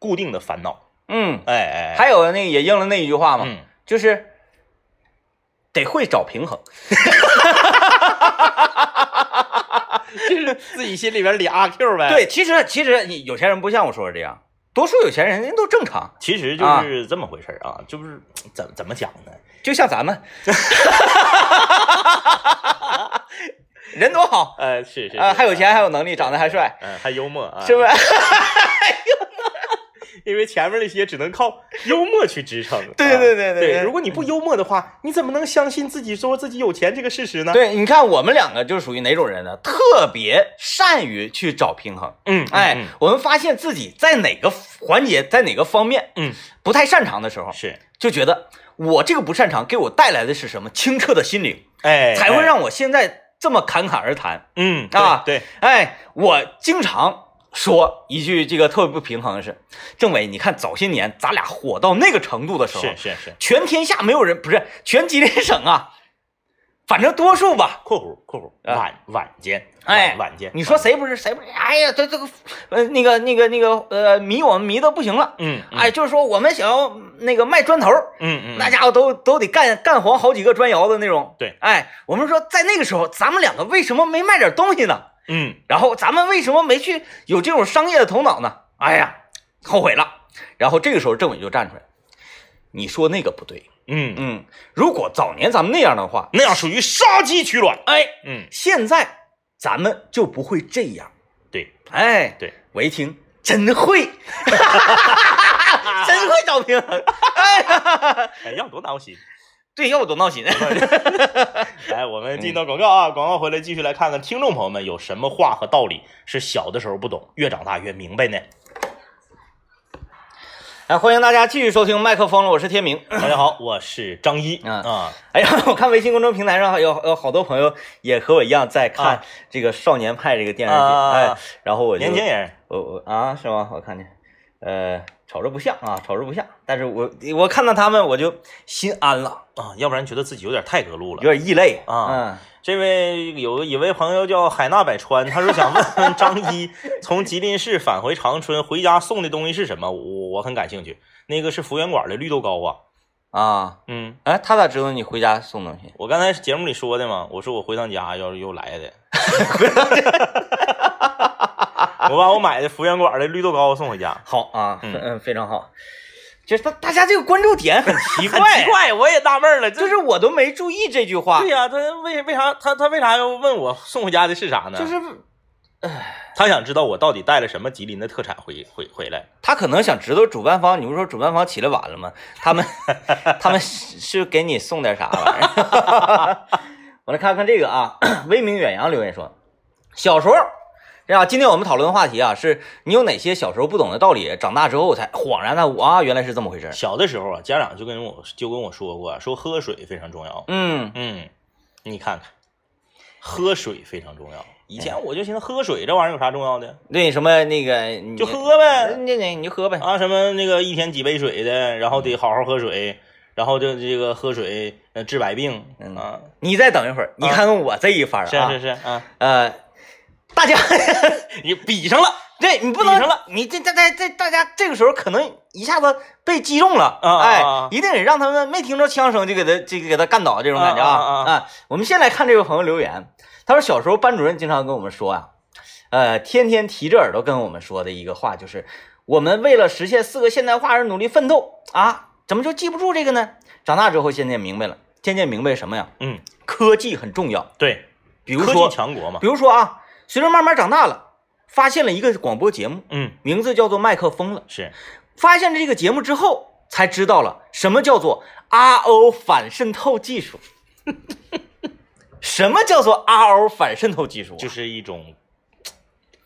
Speaker 2: 固定的烦恼。
Speaker 1: 嗯，
Speaker 2: 哎哎，哎
Speaker 1: 还有那个也应了那一句话嘛，
Speaker 2: 嗯，
Speaker 1: 就是得会找平衡。
Speaker 2: 这就是 自己心里边里阿 Q 呗。，
Speaker 1: 对，其实其实你有钱人不像我说的这样，多数有钱人人都正常，
Speaker 2: 其实就是这么回事儿啊，就是怎怎么讲呢？
Speaker 1: 就像 咱们，人多好
Speaker 2: 呃，是是
Speaker 1: 啊、还有，
Speaker 2: 是
Speaker 1: 钱，还有能力，长得还帅，
Speaker 2: 嗯，还幽默啊，
Speaker 1: 是不是？
Speaker 2: 因为前面那些只能靠幽默去 支撑。
Speaker 1: 对对
Speaker 2: 啊
Speaker 1: 对对
Speaker 2: 对
Speaker 1: 对
Speaker 2: 如果你不幽默的话，你怎么能相信自己说自己有钱这个事实呢？，
Speaker 1: 对，你看我们两个就属于哪种人呢？特别善于去找平衡。
Speaker 2: 嗯，
Speaker 1: 哎，
Speaker 2: 嗯
Speaker 1: 我们发现自己在哪个环节，在哪个方面，
Speaker 2: 嗯，
Speaker 1: 不太擅长的时候，
Speaker 2: 是，
Speaker 1: 就觉得我这个不擅长给我带来的是什么清澈的心灵，
Speaker 2: 哎，
Speaker 1: 才会
Speaker 2: 哎
Speaker 1: 让我现在这么侃侃而谈。
Speaker 2: 嗯
Speaker 1: 啊
Speaker 2: 对，对
Speaker 1: 哎，我经常说一句这个特别不平衡的是，政委，你看早些年咱俩火到那个程度的时候，
Speaker 2: 是是是。
Speaker 1: 全天下没有人不是全吉林省啊，反正多数吧，
Speaker 2: 括弧括弧
Speaker 1: 啊
Speaker 2: 晚晚间，
Speaker 1: 哎，
Speaker 2: 晚晚间，
Speaker 1: 你说谁不是谁不是？哎呀，这这个，呃，那个那个那个，呃，迷我们迷的不行了。
Speaker 2: 嗯，嗯
Speaker 1: 哎，，就是说我们想要那个卖砖头，
Speaker 2: 嗯嗯，
Speaker 1: 那家伙都都得干干黄好几个砖窑的那种。
Speaker 2: 对
Speaker 1: 哎，我们说在那个时候，咱们两个为什么没卖点东西呢？
Speaker 2: 嗯
Speaker 1: 然后咱们为什么没去有这种商业的头脑呢？哎呀，后悔了。然后这个时候政委就站出来，你说那个不对。
Speaker 2: 嗯，嗯
Speaker 1: 嗯，如果早年咱们那样的话，
Speaker 2: 那样属于杀鸡取卵，
Speaker 1: 哎，
Speaker 2: 嗯，
Speaker 1: 现在咱们就不会这样。
Speaker 2: 对
Speaker 1: 哎，
Speaker 2: 对，
Speaker 1: 我一听真 会，真会找平衡。
Speaker 2: 哎，要多闹心。
Speaker 1: 对，要不多闹 心。
Speaker 2: 来，我
Speaker 1: 嗯
Speaker 2: 们进到广告啊，广告回来继续来看看听众朋友们有什么话和道理是小的时候不懂，越长大越 明白呢。
Speaker 1: 哎，欢迎大家继续收听麦克风了，我是天明。
Speaker 2: 大家好，我是张一
Speaker 1: 嗯
Speaker 2: 啊，
Speaker 1: 哎呀， 我看微信公众平台上有有好多朋友也和我一样在看
Speaker 2: 啊
Speaker 1: 这个《少年派》这个电视剧，
Speaker 2: 啊
Speaker 1: 哎，然后我就
Speaker 2: 年轻人，
Speaker 1: 我我啊是吗？我看见，呃，瞅着不像啊，瞅着不像，但是我我看到他们我就心安了，
Speaker 2: 啊，要不然觉得自己有点太隔路了
Speaker 1: 有。点异类嗯
Speaker 2: 啊。这位有一位朋友叫海纳百川，他说想问问张一，从吉林市返回长春回家送的东西是什么？我我很感兴趣。那个是福源馆的绿豆糕啊。
Speaker 1: 嗯啊，
Speaker 2: 嗯，
Speaker 1: 哎，他咋知道你回家送东西？
Speaker 2: 我刚才节目里说的嘛，我说我回趟家要又来的。我把我买的福源馆的绿豆糕送回家，
Speaker 1: 好啊，
Speaker 2: 嗯
Speaker 1: 嗯，非常好。就是大大家这个关注点很奇怪，
Speaker 2: 很奇怪，我也纳闷了，这
Speaker 1: 就是我都没注意这句话
Speaker 2: 对，呀、他为为啥他他为啥要问我送回家的是啥呢？
Speaker 1: 就是
Speaker 2: 他想知道我到底带了什么吉林的特产回回回来。
Speaker 1: 他可能想知道主办方，你不是说主办方起来晚了 吗？他们他们是是给你送点啥玩意儿？ 我来看看这个啊， 威名远扬留言说，小时候。这样，今天我们讨论的话题啊，是你有哪些小时候不懂的道理，长大之后才恍然大悟啊，原来是这么回事儿。
Speaker 2: 小的时候啊，家长就跟我就跟我说过，说喝水非常重要。
Speaker 1: 嗯，
Speaker 2: 嗯，你看看，喝水非常重要。以前我就寻思喝水这玩意儿有啥重要的，
Speaker 1: 对，什么那个你
Speaker 2: 就喝呗
Speaker 1: 那那你就 喝呗。
Speaker 2: 啊，什么那个一天几杯水的，然后得好好喝水，然后就这个喝水呃治百病
Speaker 1: 嗯
Speaker 2: 啊，
Speaker 1: 你再等一会儿，你看看我这一番儿
Speaker 2: 是
Speaker 1: 啊，
Speaker 2: 是是啊，
Speaker 1: 呃，大家
Speaker 2: 你比上了
Speaker 1: 对你不
Speaker 2: 比
Speaker 1: 能
Speaker 2: 上了，
Speaker 1: 你这大家这大家这个时候可能一下子被击中了，
Speaker 2: 啊啊啊
Speaker 1: 哎，一定得让他们没听着枪声就给他这个给他干倒这种感觉
Speaker 2: 啊啊啊
Speaker 1: 我们先来看这位朋友留言，他说小时候班主任经常跟我们说啊，呃，天天提着耳朵跟我们说的一个话就是，我们为了实现四个现代化而努力奋斗啊，怎么就记不住这个呢？长大之后渐渐明白了，渐渐明白什么呀？
Speaker 2: 嗯，
Speaker 1: 科技很重要，
Speaker 2: 对，
Speaker 1: 比
Speaker 2: 比
Speaker 1: 如
Speaker 2: 科
Speaker 1: 说
Speaker 2: 技强国嘛
Speaker 1: 比，如说啊，随着慢慢长大了，发现了一个广播节目，
Speaker 2: 嗯，
Speaker 1: 名字叫做《麦克风》了。
Speaker 2: 是
Speaker 1: 发现这个节目之后，才知道了什么叫做 RO 反渗透技 术。什么叫做 RO 反渗透技术啊、
Speaker 2: 就是一种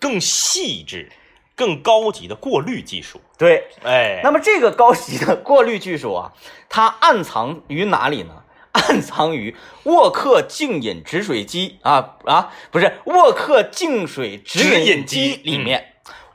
Speaker 2: 更细致、更高级的过滤技术。
Speaker 1: 对。
Speaker 2: 哎，
Speaker 1: 那么这个高级的过滤技术啊，它暗藏于哪里呢？ 暗藏于沃克净饮直水机啊啊，不是沃克净水直
Speaker 2: 直
Speaker 1: 饮
Speaker 2: 饮机
Speaker 1: 机嗯里面。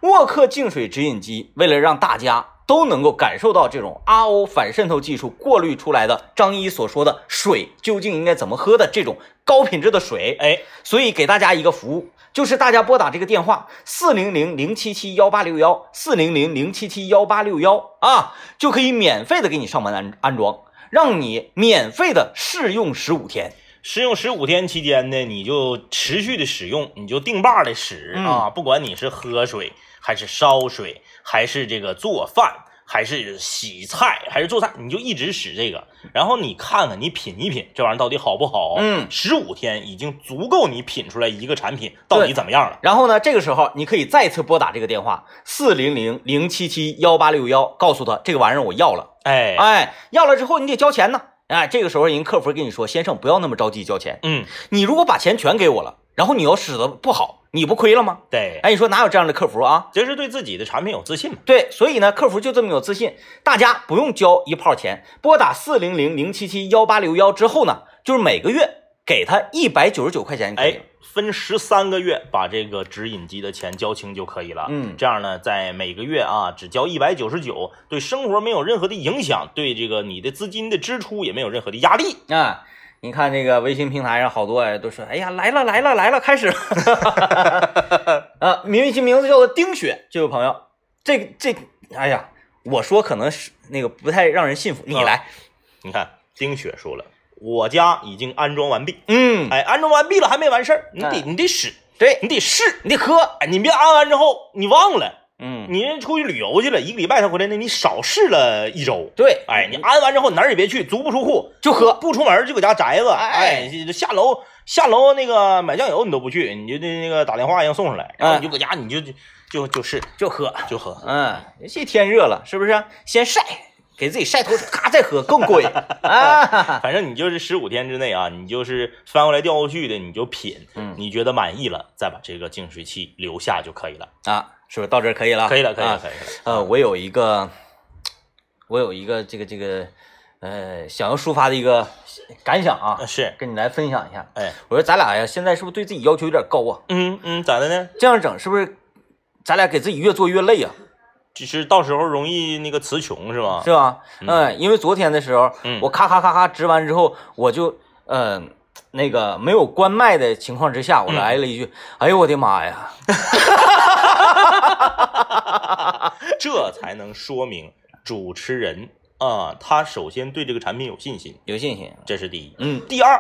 Speaker 1: 沃克净水直饮机为了让大家都能够感受到这种 RO 反渗透技术过滤出来的张一所说的水究竟应该怎么喝的这种高品质的水，
Speaker 2: 哎，
Speaker 1: 所以给大家一个服务，就是大家拨打这个电话四零零零七七幺八六幺四零零零七七幺八六幺啊，就可以免费的给你上门安安装，让你免费的试用十五天。
Speaker 2: 试用十五天期间呢，你就持续的使用，你就定把的使
Speaker 1: 嗯
Speaker 2: 啊，不管你是喝水还是烧水，还是这个做饭，还是洗菜，还是做菜，你就一直使这个，然后你看看，你品一品这玩意儿到底好不好。
Speaker 1: 嗯
Speaker 2: 十五天已经足够你品出来一个产品到底
Speaker 1: 对
Speaker 2: 怎么样了。
Speaker 1: 然后呢，这个时候你可以再次拨打这个电话四零零零七七幺八六幺，告诉他这个玩意儿我要了，
Speaker 2: 哎，
Speaker 1: 哎，要了之后你得交钱呢。哎，这个时候人客服跟你说，先生不要那么着急交钱，
Speaker 2: 嗯，
Speaker 1: 你如果把钱全给我了，然后你要使得不好，你不亏了吗？
Speaker 2: 对，
Speaker 1: 哎，你说哪有这样的客服啊？
Speaker 2: 这是对自己的产品有自信嘛？
Speaker 1: 对，所以呢，客服就这么有自信，大家不用交一炮钱，拨打四零零零七七幺八六幺之后呢，就是每个月给他一百九十九块钱就可以
Speaker 2: 哎
Speaker 1: 了。，
Speaker 2: 分十三个月把这个指引机的钱交清就可以了。
Speaker 1: 嗯
Speaker 2: 这样呢，在每个月啊只交一百九十九，对生活没有任何的影响，对这个你的资金的支出也没有任何的压力。
Speaker 1: 啊，你看这个微信平台上好多哎，都说哎呀来了来了来了， 开始了。啊，明星名字叫做丁雪，这位朋友，这个这个，哎呀，我说可能是那个不太让人信服，你来，
Speaker 2: 啊你看，丁雪说了，我家已经安装完毕。
Speaker 1: 嗯，
Speaker 2: 哎，安装完毕了还没完事儿，你得
Speaker 1: 哎
Speaker 2: 你得使，
Speaker 1: 对
Speaker 2: 你得试。
Speaker 1: 你得喝，
Speaker 2: 哎，你别安完之后你忘了，
Speaker 1: 嗯，
Speaker 2: 你人出去旅游去了，一个礼拜才回来，那你少试了一周。
Speaker 1: 对，
Speaker 2: 哎，你安完之后哪儿也别去，足不出户，
Speaker 1: 就喝，
Speaker 2: 不出门就搁家宅着，
Speaker 1: 哎
Speaker 2: 哎，下楼下楼那个买酱油你都不去，你就那那个打电话让送上来，然后
Speaker 1: 嗯
Speaker 2: 你就搁家你就就就就是
Speaker 1: 就喝，
Speaker 2: 就喝，
Speaker 1: 嗯，这天热了是不是？先晒，给自己晒头，咔再喝更 过瘾啊。
Speaker 2: 反正你就是十五天之内啊，你就是翻过来调过去的，你就品，
Speaker 1: 嗯
Speaker 2: 你觉得满意了，再把这个净水器留下就可以了，
Speaker 1: 啊，是不是到这儿可以了？
Speaker 2: 可以了，可以
Speaker 1: 啊
Speaker 2: 了，可以了，
Speaker 1: 呃，我有一个，我有一个这个这个，呃，想要抒发的一个感想啊
Speaker 2: 啊，是，
Speaker 1: 跟你来分享一下。
Speaker 2: 哎，
Speaker 1: 我说咱俩呀，现在是不是对自己要求有点高啊？
Speaker 2: 嗯嗯，咋的呢？
Speaker 1: 这样整是不是咱俩给自己越做越累啊？
Speaker 2: 只是到时候容易那个词穷是吧？
Speaker 1: 是吧？嗯、因为昨天的时候，
Speaker 2: 啊嗯
Speaker 1: 我咔咔咔咔值完之后，我就呃那个没有关麦的情况之下，我来了一句：“哎呦我的妈呀
Speaker 2: 这才能说明主持人啊，他首先对这个产品有信心，！”
Speaker 1: 有信心。
Speaker 2: 这是第一。
Speaker 1: 嗯
Speaker 2: 第二，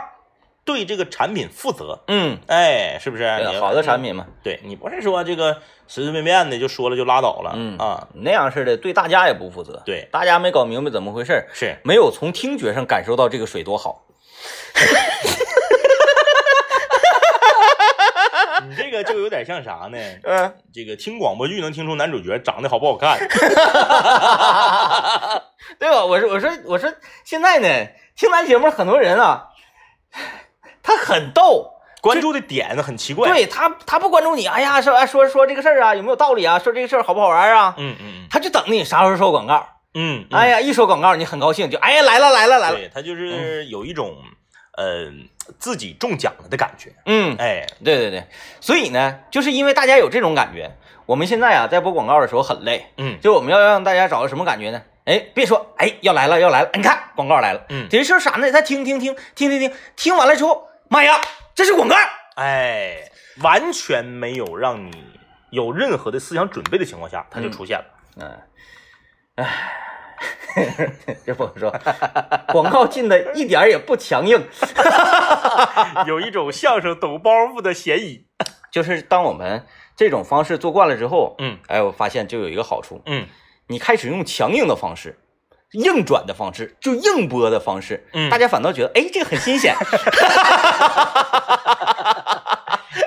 Speaker 2: 对这个产品负责，
Speaker 1: 嗯，
Speaker 2: 哎，是不是？
Speaker 1: 对
Speaker 2: 你
Speaker 1: 好的产，品嘛，
Speaker 2: 对你不是说这个随随便便的就说了就拉倒了，
Speaker 1: 嗯
Speaker 2: 啊，
Speaker 1: 那样似的，对大家也不负责。
Speaker 2: 对
Speaker 1: 大家没搞明白怎么回事儿，
Speaker 2: 是
Speaker 1: 没有从听觉上感受到这个水多好。
Speaker 2: 你这个就有点像啥呢？
Speaker 1: 嗯，
Speaker 2: 这个听广播剧能听出男主角长得好不好看，
Speaker 1: 对吧？我说，我说，我说，现在呢，听咱节目很多人啊，他很逗，
Speaker 2: 关注的点很奇怪，，
Speaker 1: 对他，他不关注你，哎呀，说哎说说这个事儿啊，有没有道理啊？说这个事儿好不好玩啊？
Speaker 2: 嗯嗯
Speaker 1: 他就等你啥时候收广告。
Speaker 2: 嗯嗯，
Speaker 1: 哎呀，一收广告你很高兴，就哎呀来了来了来嗯了。
Speaker 2: 对他就是有一种呃自己中奖了的感觉，
Speaker 1: 嗯，
Speaker 2: 哎，
Speaker 1: 对对对，所以呢，就是因为大家有这种感觉，我们现在啊在播广告的时候很累，
Speaker 2: 嗯
Speaker 1: 就我们要让大家找到什么感觉呢？哎，别说，哎，要来了，要来了！你看广告来了，
Speaker 2: 嗯
Speaker 1: 这是啥呢？他听听听听听听，听完了之后，妈呀，这是广告！
Speaker 2: 哎，完全没有让你有任何的思想准备的情况下，他就
Speaker 1: 嗯
Speaker 2: 出现了。
Speaker 1: 嗯，哎， 这不能说，广告进的一点儿也不强硬，
Speaker 2: 有一种相声抖包袱的嫌疑。
Speaker 1: 就是当我们这种方式做惯了之后，
Speaker 2: 嗯
Speaker 1: 哎，我发现就有一个好处，
Speaker 2: 嗯
Speaker 1: 你开始用强硬的方式。硬转的方式，就硬播的方式，
Speaker 2: 嗯
Speaker 1: 大家反倒觉得，哎，这个很新 鲜，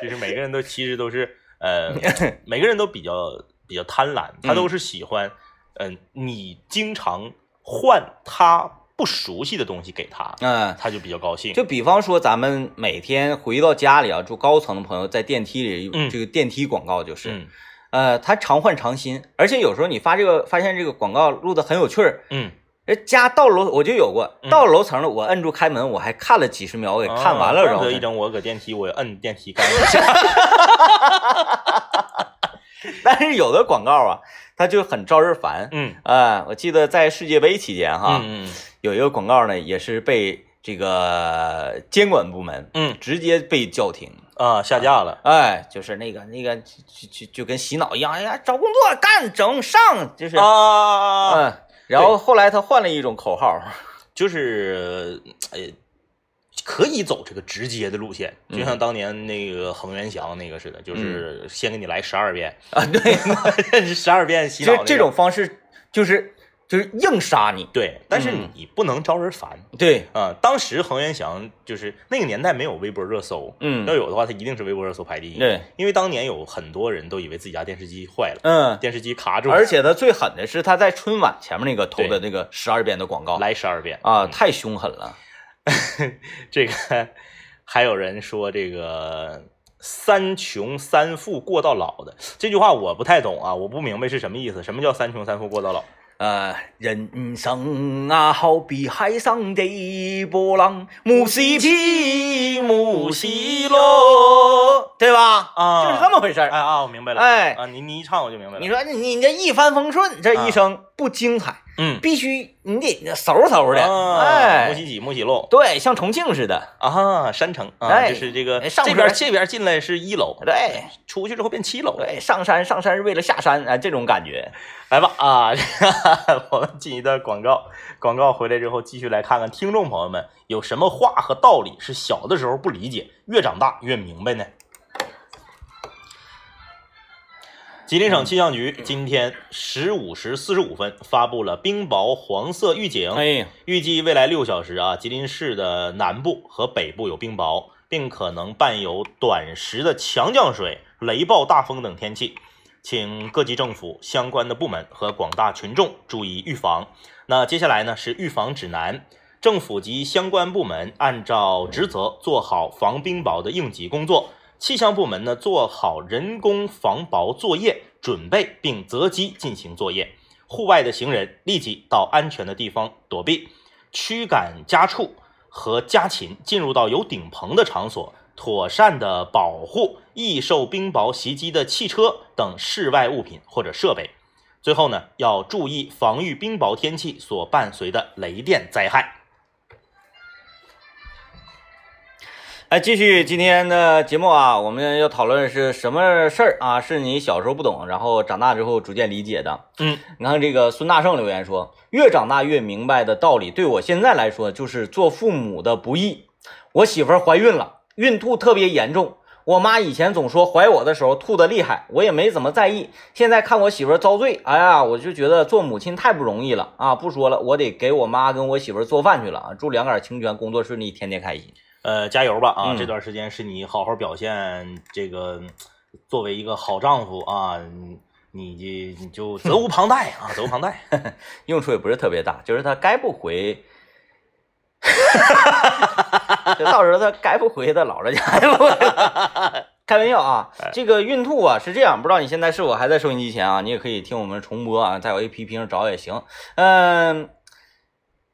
Speaker 2: 就是每个人都其实都是 呃，每个人都比较比较贪婪，他都是喜欢，嗯、你经常换他不熟悉的东西给他，
Speaker 1: 嗯，
Speaker 2: 他就比较高兴。
Speaker 1: 就比方说，咱们每天回到家里啊，住高层的朋友在电梯里，
Speaker 2: 嗯
Speaker 1: 这个电梯广告就是，
Speaker 2: 嗯
Speaker 1: 呃，它常换常新，而且有时候你发这个发现这个广告录的很有趣儿。
Speaker 2: 嗯，
Speaker 1: 哎家到楼我就有过，到楼层了，我摁住开门，我还看了几十秒，给看完了，
Speaker 2: 啊
Speaker 1: 然
Speaker 2: 怪不
Speaker 1: 后
Speaker 2: 得一
Speaker 1: 才。
Speaker 2: 整我搁电梯，我摁电梯 杆一下。
Speaker 1: 但是有的广告啊，它就很招人烦。
Speaker 2: 嗯
Speaker 1: 啊、我记得在世界杯期间哈，
Speaker 2: 嗯
Speaker 1: 有一个广告呢，也是被这个监管部门
Speaker 2: 嗯
Speaker 1: 直接被叫停。
Speaker 2: 啊，下架了。
Speaker 1: 哎，就是那个那个，就就就跟洗脑一样，哎呀，找工作干整上，就是，
Speaker 2: 啊，
Speaker 1: 嗯，然后后来他换了一种口号，
Speaker 2: 就是呃，可以走这个直接的路线，就
Speaker 1: 嗯
Speaker 2: 像当年那个恒源祥那个似的，就是先给你来十二遍，
Speaker 1: 啊，对，
Speaker 2: 十二遍洗
Speaker 1: 其
Speaker 2: 脑、
Speaker 1: 实这种方式就是就是硬杀你，
Speaker 2: 对，但是
Speaker 1: 嗯
Speaker 2: 你不能招人烦
Speaker 1: 对，
Speaker 2: 啊、当时恒源祥就是那个年代没有微博热搜，
Speaker 1: 嗯
Speaker 2: 要，有的话，他一定是微博热搜排第一。
Speaker 1: 对，
Speaker 2: 因为当年有很多人都以为自己家电视机坏了，
Speaker 1: 嗯，
Speaker 2: 电视机卡住了，
Speaker 1: 而且他最狠的是他在春晚前面那个投的那个十二遍的广告
Speaker 2: 来十二遍
Speaker 1: 啊，
Speaker 2: 嗯
Speaker 1: 太凶狠了，
Speaker 2: 这个还有人说这个“三穷三富过到老”的这句话我不太懂啊，我不明白是什么意思。什么叫“三穷三富过到老
Speaker 1: 呃，人生啊，好比海上的一波浪，木西起，木西落，对吧？
Speaker 2: 啊
Speaker 1: 就是这么回事”？
Speaker 2: 哎
Speaker 1: 儿。
Speaker 2: 啊，我明白了。
Speaker 1: 哎
Speaker 2: 啊，你你一唱我就明白了。
Speaker 1: 你说你你这一帆风顺，这一生不精彩，
Speaker 2: 嗯，
Speaker 1: 必须你得嗖嗖的，
Speaker 2: 啊，木
Speaker 1: 哎，
Speaker 2: 喜几木喜漏
Speaker 1: 对，像重庆似的，
Speaker 2: 啊，山城啊，
Speaker 1: 哎
Speaker 2: 就是这个
Speaker 1: 哎上
Speaker 2: 这
Speaker 1: 边
Speaker 2: 边
Speaker 1: 儿
Speaker 2: 这边进来是一楼，
Speaker 1: 对
Speaker 2: 出去之后变七楼。
Speaker 1: 对，上山上山是为了下山，哎，这种感觉。
Speaker 2: 来吧啊， 我们进一段广告，广告回来之后继续来看看听众朋友们有什么话和道理是小的时候不理解，越长大越明白呢。吉林省气象局今天十五时四十五分发布了冰雹黄色预警，
Speaker 1: 哎，
Speaker 2: 预计未来六小时啊，吉林市的南部和北部有冰雹，并可能伴有短时的强降水、雷暴、大风等天气，请各级政府相关的部门和广大群众注意预防。那接下来呢是预防指南，政府及相关部门按照职责做好防冰雹的应急工作，气象部门呢做好人工防雹作业准备，并择机进行作业。户外的行人立即到安全的地方躲避，驱赶家畜和家禽进入到有顶棚的场所，妥善的保护易受冰雹袭击的汽车等室外物品或者设备。最后呢，要注意防御冰雹天气所伴随的雷电灾害。
Speaker 1: 哎，继续今天的节目啊，我们要讨论是什么事儿啊？是你小时候不懂，然后长大之后逐渐理解的。
Speaker 2: 嗯，
Speaker 1: 你看这个孙大圣留言说：“越长大越明白的道理，对我现在来说就是做父母的不易。我媳妇儿怀孕了，孕吐特别严重。我妈以前总说怀我的时候吐的厉害，我也没怎么在意。现在看我媳妇儿遭罪，哎呀，我就觉得做母亲太不容易了啊！不说了，我得给我妈跟我媳妇儿做饭去了啊！祝两杆清泉工作顺利，天天开心。
Speaker 2: 呃，加油吧啊！
Speaker 1: 嗯
Speaker 2: 这段时间是你好好表现这个，作为一个好丈夫啊，你你你就责无旁贷啊，责无旁贷。
Speaker 1: 用处也不是特别大，就是他该不回，就到时候他该不回他姥姥家了。开玩笑啊，这个孕吐啊是这样，不知道你现在是否还在收音机前啊？你也可以听我们重播啊，在我 A P P 上找也行。嗯，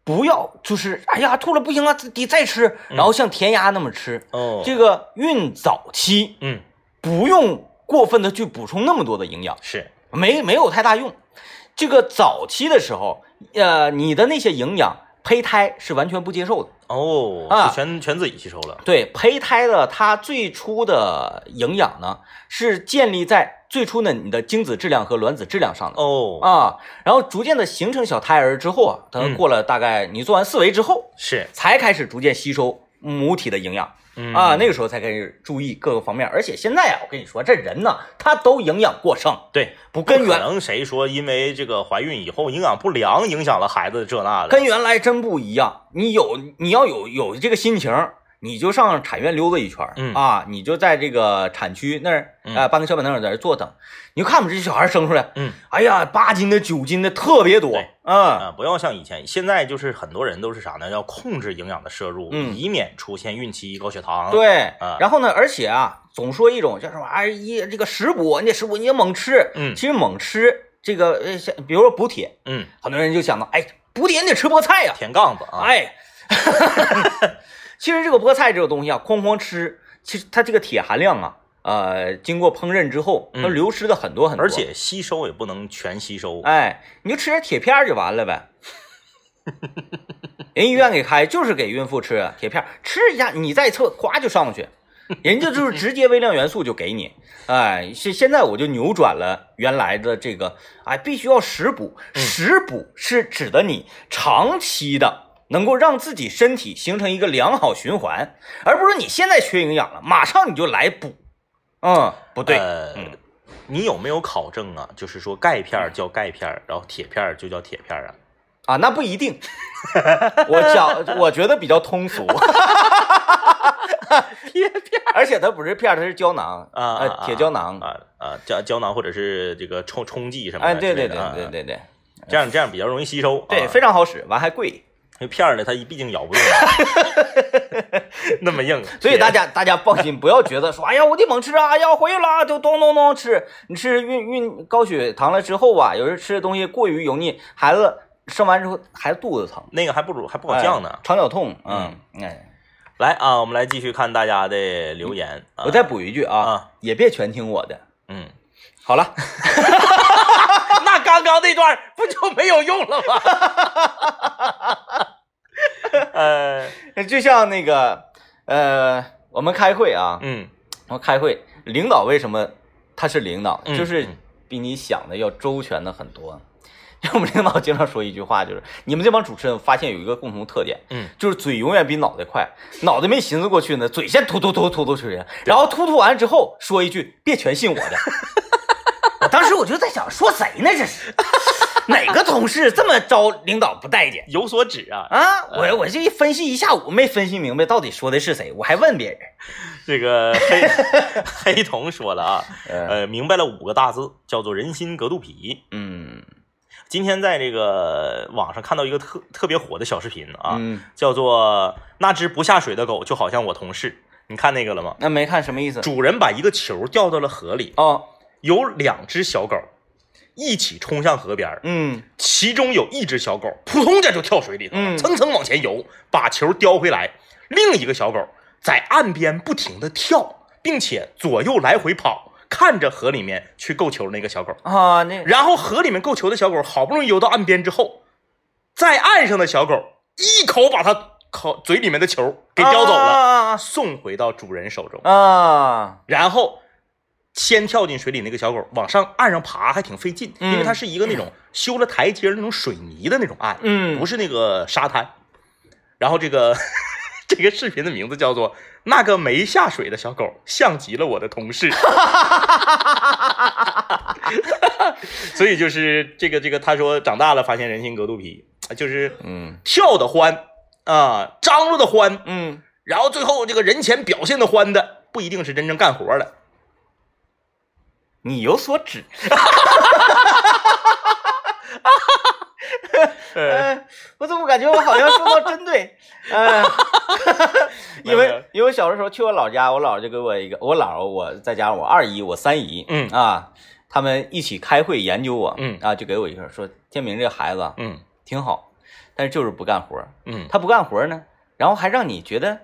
Speaker 1: 不要就是哎呀吐了不行啊，得再吃，然后像填鸭那么吃。
Speaker 2: 哦，
Speaker 1: 这个孕早期
Speaker 2: 嗯，
Speaker 1: 不用过分的去补充那么多的营养。
Speaker 2: 是，
Speaker 1: 没没有太大用。这个早期的时候，呃，你的那些营养，胚胎是完全不接受的。
Speaker 2: 哦，
Speaker 1: 啊
Speaker 2: 是全全自己吸收了。
Speaker 1: 对，胚胎的它最初的营养呢，是建立在最初的你的精子质量和卵子质量上的。
Speaker 2: 哦，
Speaker 1: 啊，然后逐渐的形成小胎儿之后啊，等
Speaker 2: 嗯
Speaker 1: 过了大概你做完四维之后，
Speaker 2: 是，
Speaker 1: 才开始逐渐吸收母体的营养
Speaker 2: 嗯
Speaker 1: 啊，那个时候才开始注意各个方面。而且现在啊，我跟你说，这人呢，他都营养过剩，
Speaker 2: 对，
Speaker 1: 不根
Speaker 2: 可
Speaker 1: 源
Speaker 2: 能谁说因为这个怀孕以后营养不良影响了孩子这那的？
Speaker 1: 跟原来真不一样。你有你要有有这个心情儿，你就上产院溜达一圈儿、
Speaker 2: 嗯
Speaker 1: 啊，你就在这个产区那儿
Speaker 2: 嗯
Speaker 1: 啊、呃搬个小板凳儿在这儿坐等。你就看我们这小孩儿生出来，
Speaker 2: 嗯
Speaker 1: 哎呀，八斤的九斤的特别多
Speaker 2: 对，
Speaker 1: 嗯，
Speaker 2: 啊，不要像以前，现在就是很多人都是啥呢？要控制营养的摄入，
Speaker 1: 嗯
Speaker 2: 以免出现孕期高血糖。，
Speaker 1: 对
Speaker 2: 啊。
Speaker 1: 然后呢，而且啊，总说一种叫什么，哎一这个食补，你得食补，你得猛吃。
Speaker 2: 嗯
Speaker 1: 其实猛吃这个呃，像比如说补铁，
Speaker 2: 嗯，
Speaker 1: 很多人就想到，哎，补铁你得吃菠菜呀、
Speaker 2: 填杠子啊，
Speaker 1: 哎， 其实这个菠菜这个东西啊，哐哐吃，其实它这个铁含量啊，呃，经过烹饪之后，它
Speaker 2: 嗯
Speaker 1: 流失的很多很多。
Speaker 2: 而，且吸收也不能全吸收。呃
Speaker 1: 哎，你就吃点铁片儿就完了呗。人医院给开就是给孕妇吃铁片儿，吃一下你再测，咵就上去。人家就是直接微量元素就给你，哎，现现在我就扭转了原来的这个，哎，必须要食补，食补是指的你长期的能够让自己身体形成一个良好循环，而不是你现在缺营养了，马上你就来补。嗯，不对，
Speaker 2: 呃
Speaker 1: 嗯
Speaker 2: 你有没有考证啊？就是说钙片儿叫钙片儿，然后铁片儿就叫铁片儿啊？
Speaker 1: 啊，那不一定。我讲，我觉得比较通 俗。
Speaker 2: 铁片
Speaker 1: 而且它不是片儿，它是胶囊
Speaker 2: 啊啊
Speaker 1: 呃
Speaker 2: 啊
Speaker 1: 铁胶囊。
Speaker 2: 啊啊，胶胶囊或者是这个冲冲剂什么的
Speaker 1: 哎，对
Speaker 2: 之
Speaker 1: 对
Speaker 2: 类
Speaker 1: 对
Speaker 2: 的啊，
Speaker 1: 对对对
Speaker 2: 啊，这样这样比较容易吸收。
Speaker 1: 对，
Speaker 2: 啊
Speaker 1: 非常好使，完还贵，
Speaker 2: 那片儿呢，它一毕竟咬不动， 那么硬，
Speaker 1: 所以大
Speaker 2: 家
Speaker 1: 家大家放心，不要觉得说，哎呀，我得猛吃啊，哎呀，回来了就咚咚咚吃，你吃运运高血糖了之后啊，有时候吃的东西过于油腻，孩子生完之后孩子肚子疼，
Speaker 2: 那个还不如还不好降呢
Speaker 1: 哎。肠绞痛，嗯，哎，
Speaker 2: 来啊，我们来继续看大家的留言。啊
Speaker 1: 嗯我再补一句啊
Speaker 2: 啊，
Speaker 1: 也别全听我的，
Speaker 2: 嗯，
Speaker 1: 好了，
Speaker 2: 那刚刚那段不就没有用了吗？ 呃，
Speaker 1: 就像那个呃，我们开会啊，
Speaker 2: 嗯，
Speaker 1: 然后开会，领导为什么他是领导？
Speaker 2: 嗯
Speaker 1: 就是
Speaker 2: 嗯
Speaker 1: 比你想的要周全的很多。 因为我们领导经常说一句话，就是你们这帮主持人发现有一个共同特点，
Speaker 2: 嗯，
Speaker 1: 就是嘴永远比脑袋快，脑袋没寻思过去呢，嘴先突突突突突出去，然后突突完之后说一句别全信我的。 我当时我就在想，说谁呢？这是 哪个同事这么招领导不待见？
Speaker 2: 有所指啊。
Speaker 1: 啊，我我这一分析一下午没分析明白到底说的是谁，我还问别人，
Speaker 2: 这个黑黑童说了 啊，
Speaker 1: 呃，
Speaker 2: 呃，明白了五个大字，叫做人心隔肚皮。
Speaker 1: 嗯
Speaker 2: 今天在这个网上看到一个特特别火的小视频啊，
Speaker 1: 嗯，
Speaker 2: 叫做“那只不下水的狗就好像我同事”，你看那个了吗？
Speaker 1: 那没看什么意思？
Speaker 2: 主人把一个球掉到了河里，
Speaker 1: 哦，
Speaker 2: 有两只小狗一起冲向河边儿，
Speaker 1: 嗯
Speaker 2: 其中有一只小狗扑通一下就跳水里头了，
Speaker 1: 嗯
Speaker 2: 蹭蹭往前游，把球叼回来。另一个小狗在岸边不停地跳，并且左右来回跑，看着河里面去够球那个小狗。
Speaker 1: 啊，那
Speaker 2: 然后河里面够球的小狗好不容易游到岸边之后，在岸上的小狗一口把它口嘴里面的球给叼走了，
Speaker 1: 啊
Speaker 2: 送回到主人手中。
Speaker 1: 啊啊
Speaker 2: 然后先跳进水里那个小狗往上岸上爬还挺费劲，
Speaker 1: 嗯
Speaker 2: 因为它是一个那种修了台阶儿那种水泥的那种岸，
Speaker 1: 嗯
Speaker 2: 不是那个沙滩。然后这个 这个视频的名字叫做《那个没下水的小狗像极了我的同事》。 所以就是这个这个，他说长大了发现人心隔肚皮，就是
Speaker 1: 嗯
Speaker 2: 跳的欢啊，张罗的欢，
Speaker 1: 嗯，
Speaker 2: 然后最后这个人前表现的欢的，不一定是真正干活的。
Speaker 1: 你有所指。
Speaker 2: 呃，
Speaker 1: 嗯，我怎么感觉我好像受到针对？ 嗯，因
Speaker 2: 没有没有
Speaker 1: 为因为我小的时候去我姥家，我姥就给我一个，我姥我再加上我二姨，我三姨，
Speaker 2: 嗯
Speaker 1: 啊，他们一起开会研究我，
Speaker 2: 嗯
Speaker 1: 啊，就给我一个说，天明这个孩子
Speaker 2: 嗯
Speaker 1: 挺好，但是就是不干活儿，
Speaker 2: 嗯
Speaker 1: 他不干活儿呢，然后还让你觉得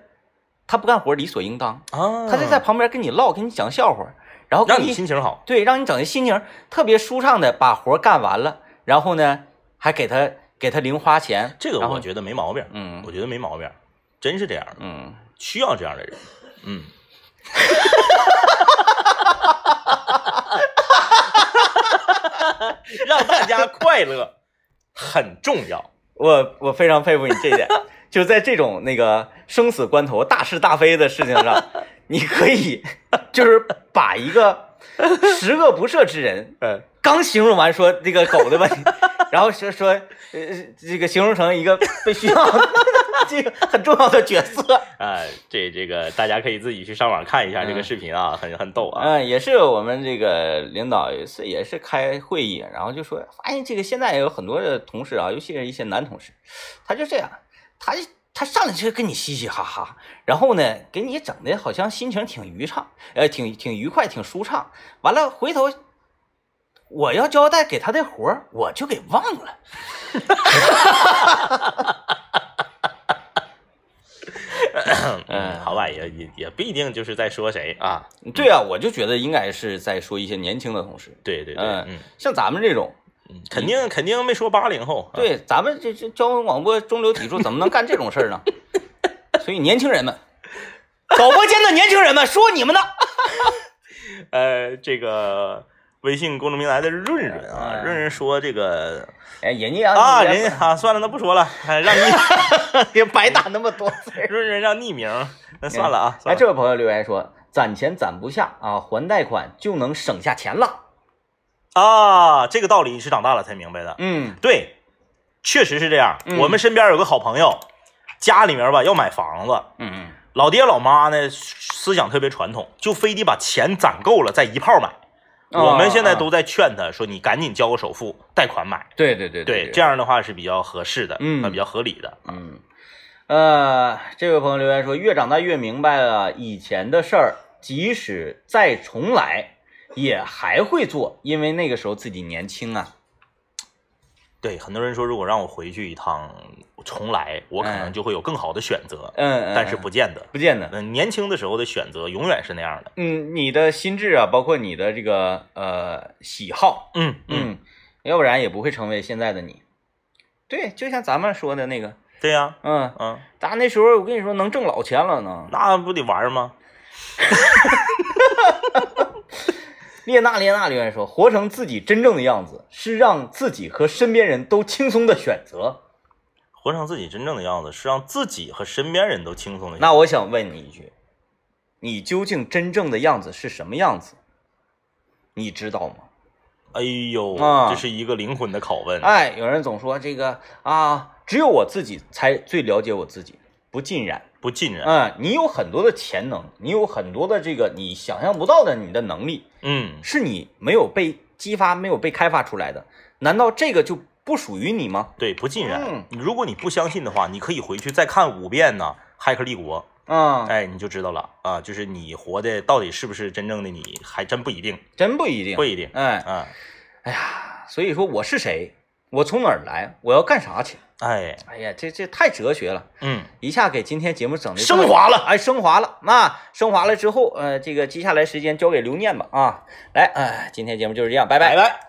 Speaker 1: 他不干活儿理所应当，
Speaker 2: 啊
Speaker 1: 他就在旁边跟你唠，跟你讲笑话，然后
Speaker 2: 让
Speaker 1: 给
Speaker 2: 你心情好。
Speaker 1: 对，让你整的心情特别舒畅的把活干完了，然后呢还给他给他零花钱，
Speaker 2: 这个
Speaker 1: 然后
Speaker 2: 我觉得没毛病，
Speaker 1: 嗯
Speaker 2: 我觉得没毛病，真是这样的，
Speaker 1: 嗯，
Speaker 2: 需要这样的人。嗯， 让大家快乐很重要。
Speaker 1: 我我非常佩服你这一 点，就在这种那个生死关头、大是大非的事情上，你可 以就是把一个十恶不赦之人。
Speaker 2: 嗯，
Speaker 1: 刚形容完说这个狗的问题，然后说说呃这个形容成一个被需要 这个很重要的角色，
Speaker 2: 啊，这这个大家可以自己去上网看一下这个
Speaker 1: 嗯
Speaker 2: 视频啊，很很逗啊。
Speaker 1: 嗯，也是我们这个领导也是也是开会议，然后就说发现这个现在有很多的同事啊，尤其是一些男同事，他就这样，他就他上来就跟你嘻嘻哈哈，然后呢给你整的好像心情挺愉畅，呃，挺挺愉快，挺舒畅。完了回头我要交代给他的活儿，我就给忘了。
Speaker 2: 嗯，好吧，也也也不一定就是在说谁啊。
Speaker 1: 对啊，我就觉得应该是在说一些年轻的同事，
Speaker 2: 对对对，
Speaker 1: 嗯
Speaker 2: 嗯，
Speaker 1: 像咱们这种，
Speaker 2: 嗯肯定肯定没说八零后。啊，
Speaker 1: 对，咱们这这交通广播中流砥柱怎么能干这种事 儿呢？所以年轻人们，导播间的年轻人们，说你们呢？
Speaker 2: 呃，这个微信公众平台的润润啊，
Speaker 1: 嗯
Speaker 2: 润润说这个
Speaker 1: 哎，人家
Speaker 2: 啊，人家啊，算了，那不说了，哎让匿
Speaker 1: 也白打那么多字儿。
Speaker 2: 润润让匿名，那算了啊，
Speaker 1: 哎，
Speaker 2: 算了
Speaker 1: 这位朋友留言说，攒钱攒不下啊，还贷款就能省下钱了。
Speaker 2: 啊，这个道理是长大了才明白的，
Speaker 1: 嗯
Speaker 2: 对，确实是这样。
Speaker 1: 嗯
Speaker 2: 我们身边有个好朋友，家里面吧要买房子，
Speaker 1: 嗯嗯，
Speaker 2: 老爹老妈呢思想特别传统，就非得把钱攒够了再一炮买。
Speaker 1: 哦
Speaker 2: 我们现在都
Speaker 1: 啊
Speaker 2: 在劝他说，你赶紧交个首付，贷款买。
Speaker 1: 对对对
Speaker 2: 对，
Speaker 1: 对，
Speaker 2: 这样的话是比较合适的，
Speaker 1: 嗯
Speaker 2: 啊比较合理的。
Speaker 1: 嗯，呃，这位朋友留言说，越长大越明白了以前的事儿，即使再重来，也还会做，因为那个时候自己年轻啊。
Speaker 2: 对，很多人说，如果让我回去一趟重来，我可能就会有更好的选择，
Speaker 1: 嗯，嗯
Speaker 2: 但是
Speaker 1: 嗯
Speaker 2: 不见得。
Speaker 1: 不见得。
Speaker 2: 嗯，年轻的时候的选择永远是那样的。
Speaker 1: 嗯，你的心智啊，包括你的这个呃喜好，
Speaker 2: 嗯，
Speaker 1: 嗯，要不然也不会成为现在的你。对，就像咱们说的那个，
Speaker 2: 对呀、
Speaker 1: 嗯，
Speaker 2: 嗯，
Speaker 1: 咱那时候我跟你说能挣老钱了呢，
Speaker 2: 那不得玩吗？
Speaker 1: 列娜列娜留言说：“活成自己真正的样子，是让自己和身边人都轻松的选择。
Speaker 2: 活成自己真正的样子，是让自己和身边人都轻松”的。
Speaker 1: 那我想问你一句：你究竟真正的样子是什么样子？你知道吗？
Speaker 2: 哎呦，
Speaker 1: 啊
Speaker 2: 这是一个灵魂的拷问。
Speaker 1: 哎，有人总说这个啊，只有我自己才最了解我自己，不尽然。
Speaker 2: 不尽然。
Speaker 1: 嗯，你有很多的潜能，你有很多的这个你想象不到的你的能力，
Speaker 2: 嗯，
Speaker 1: 是你没有被激发、没有被开发出来的。难道这个就不属于你吗？
Speaker 2: 对，不尽然。
Speaker 1: 嗯
Speaker 2: 如果你不相信的话，你可以回去再看五遍呢，《骇客帝国》，
Speaker 1: 啊、
Speaker 2: 哎，你就知道了啊。就是你活的到底是不是真正的你，还真不一定，
Speaker 1: 真不一定。
Speaker 2: 不一定。
Speaker 1: 哎，
Speaker 2: 啊，
Speaker 1: 哎呀，所以说我是谁，我从哪儿来，我要干啥去？
Speaker 2: 哎，
Speaker 1: 哎呀，这这太哲学了，
Speaker 2: 嗯，
Speaker 1: 一下给今天节目整的
Speaker 2: 升华了。
Speaker 1: 哎，升华了。那升华了之后，呃，这个接下来时间交给刘念吧啊。来，哎、今天节目就是这样，拜拜
Speaker 2: 拜拜。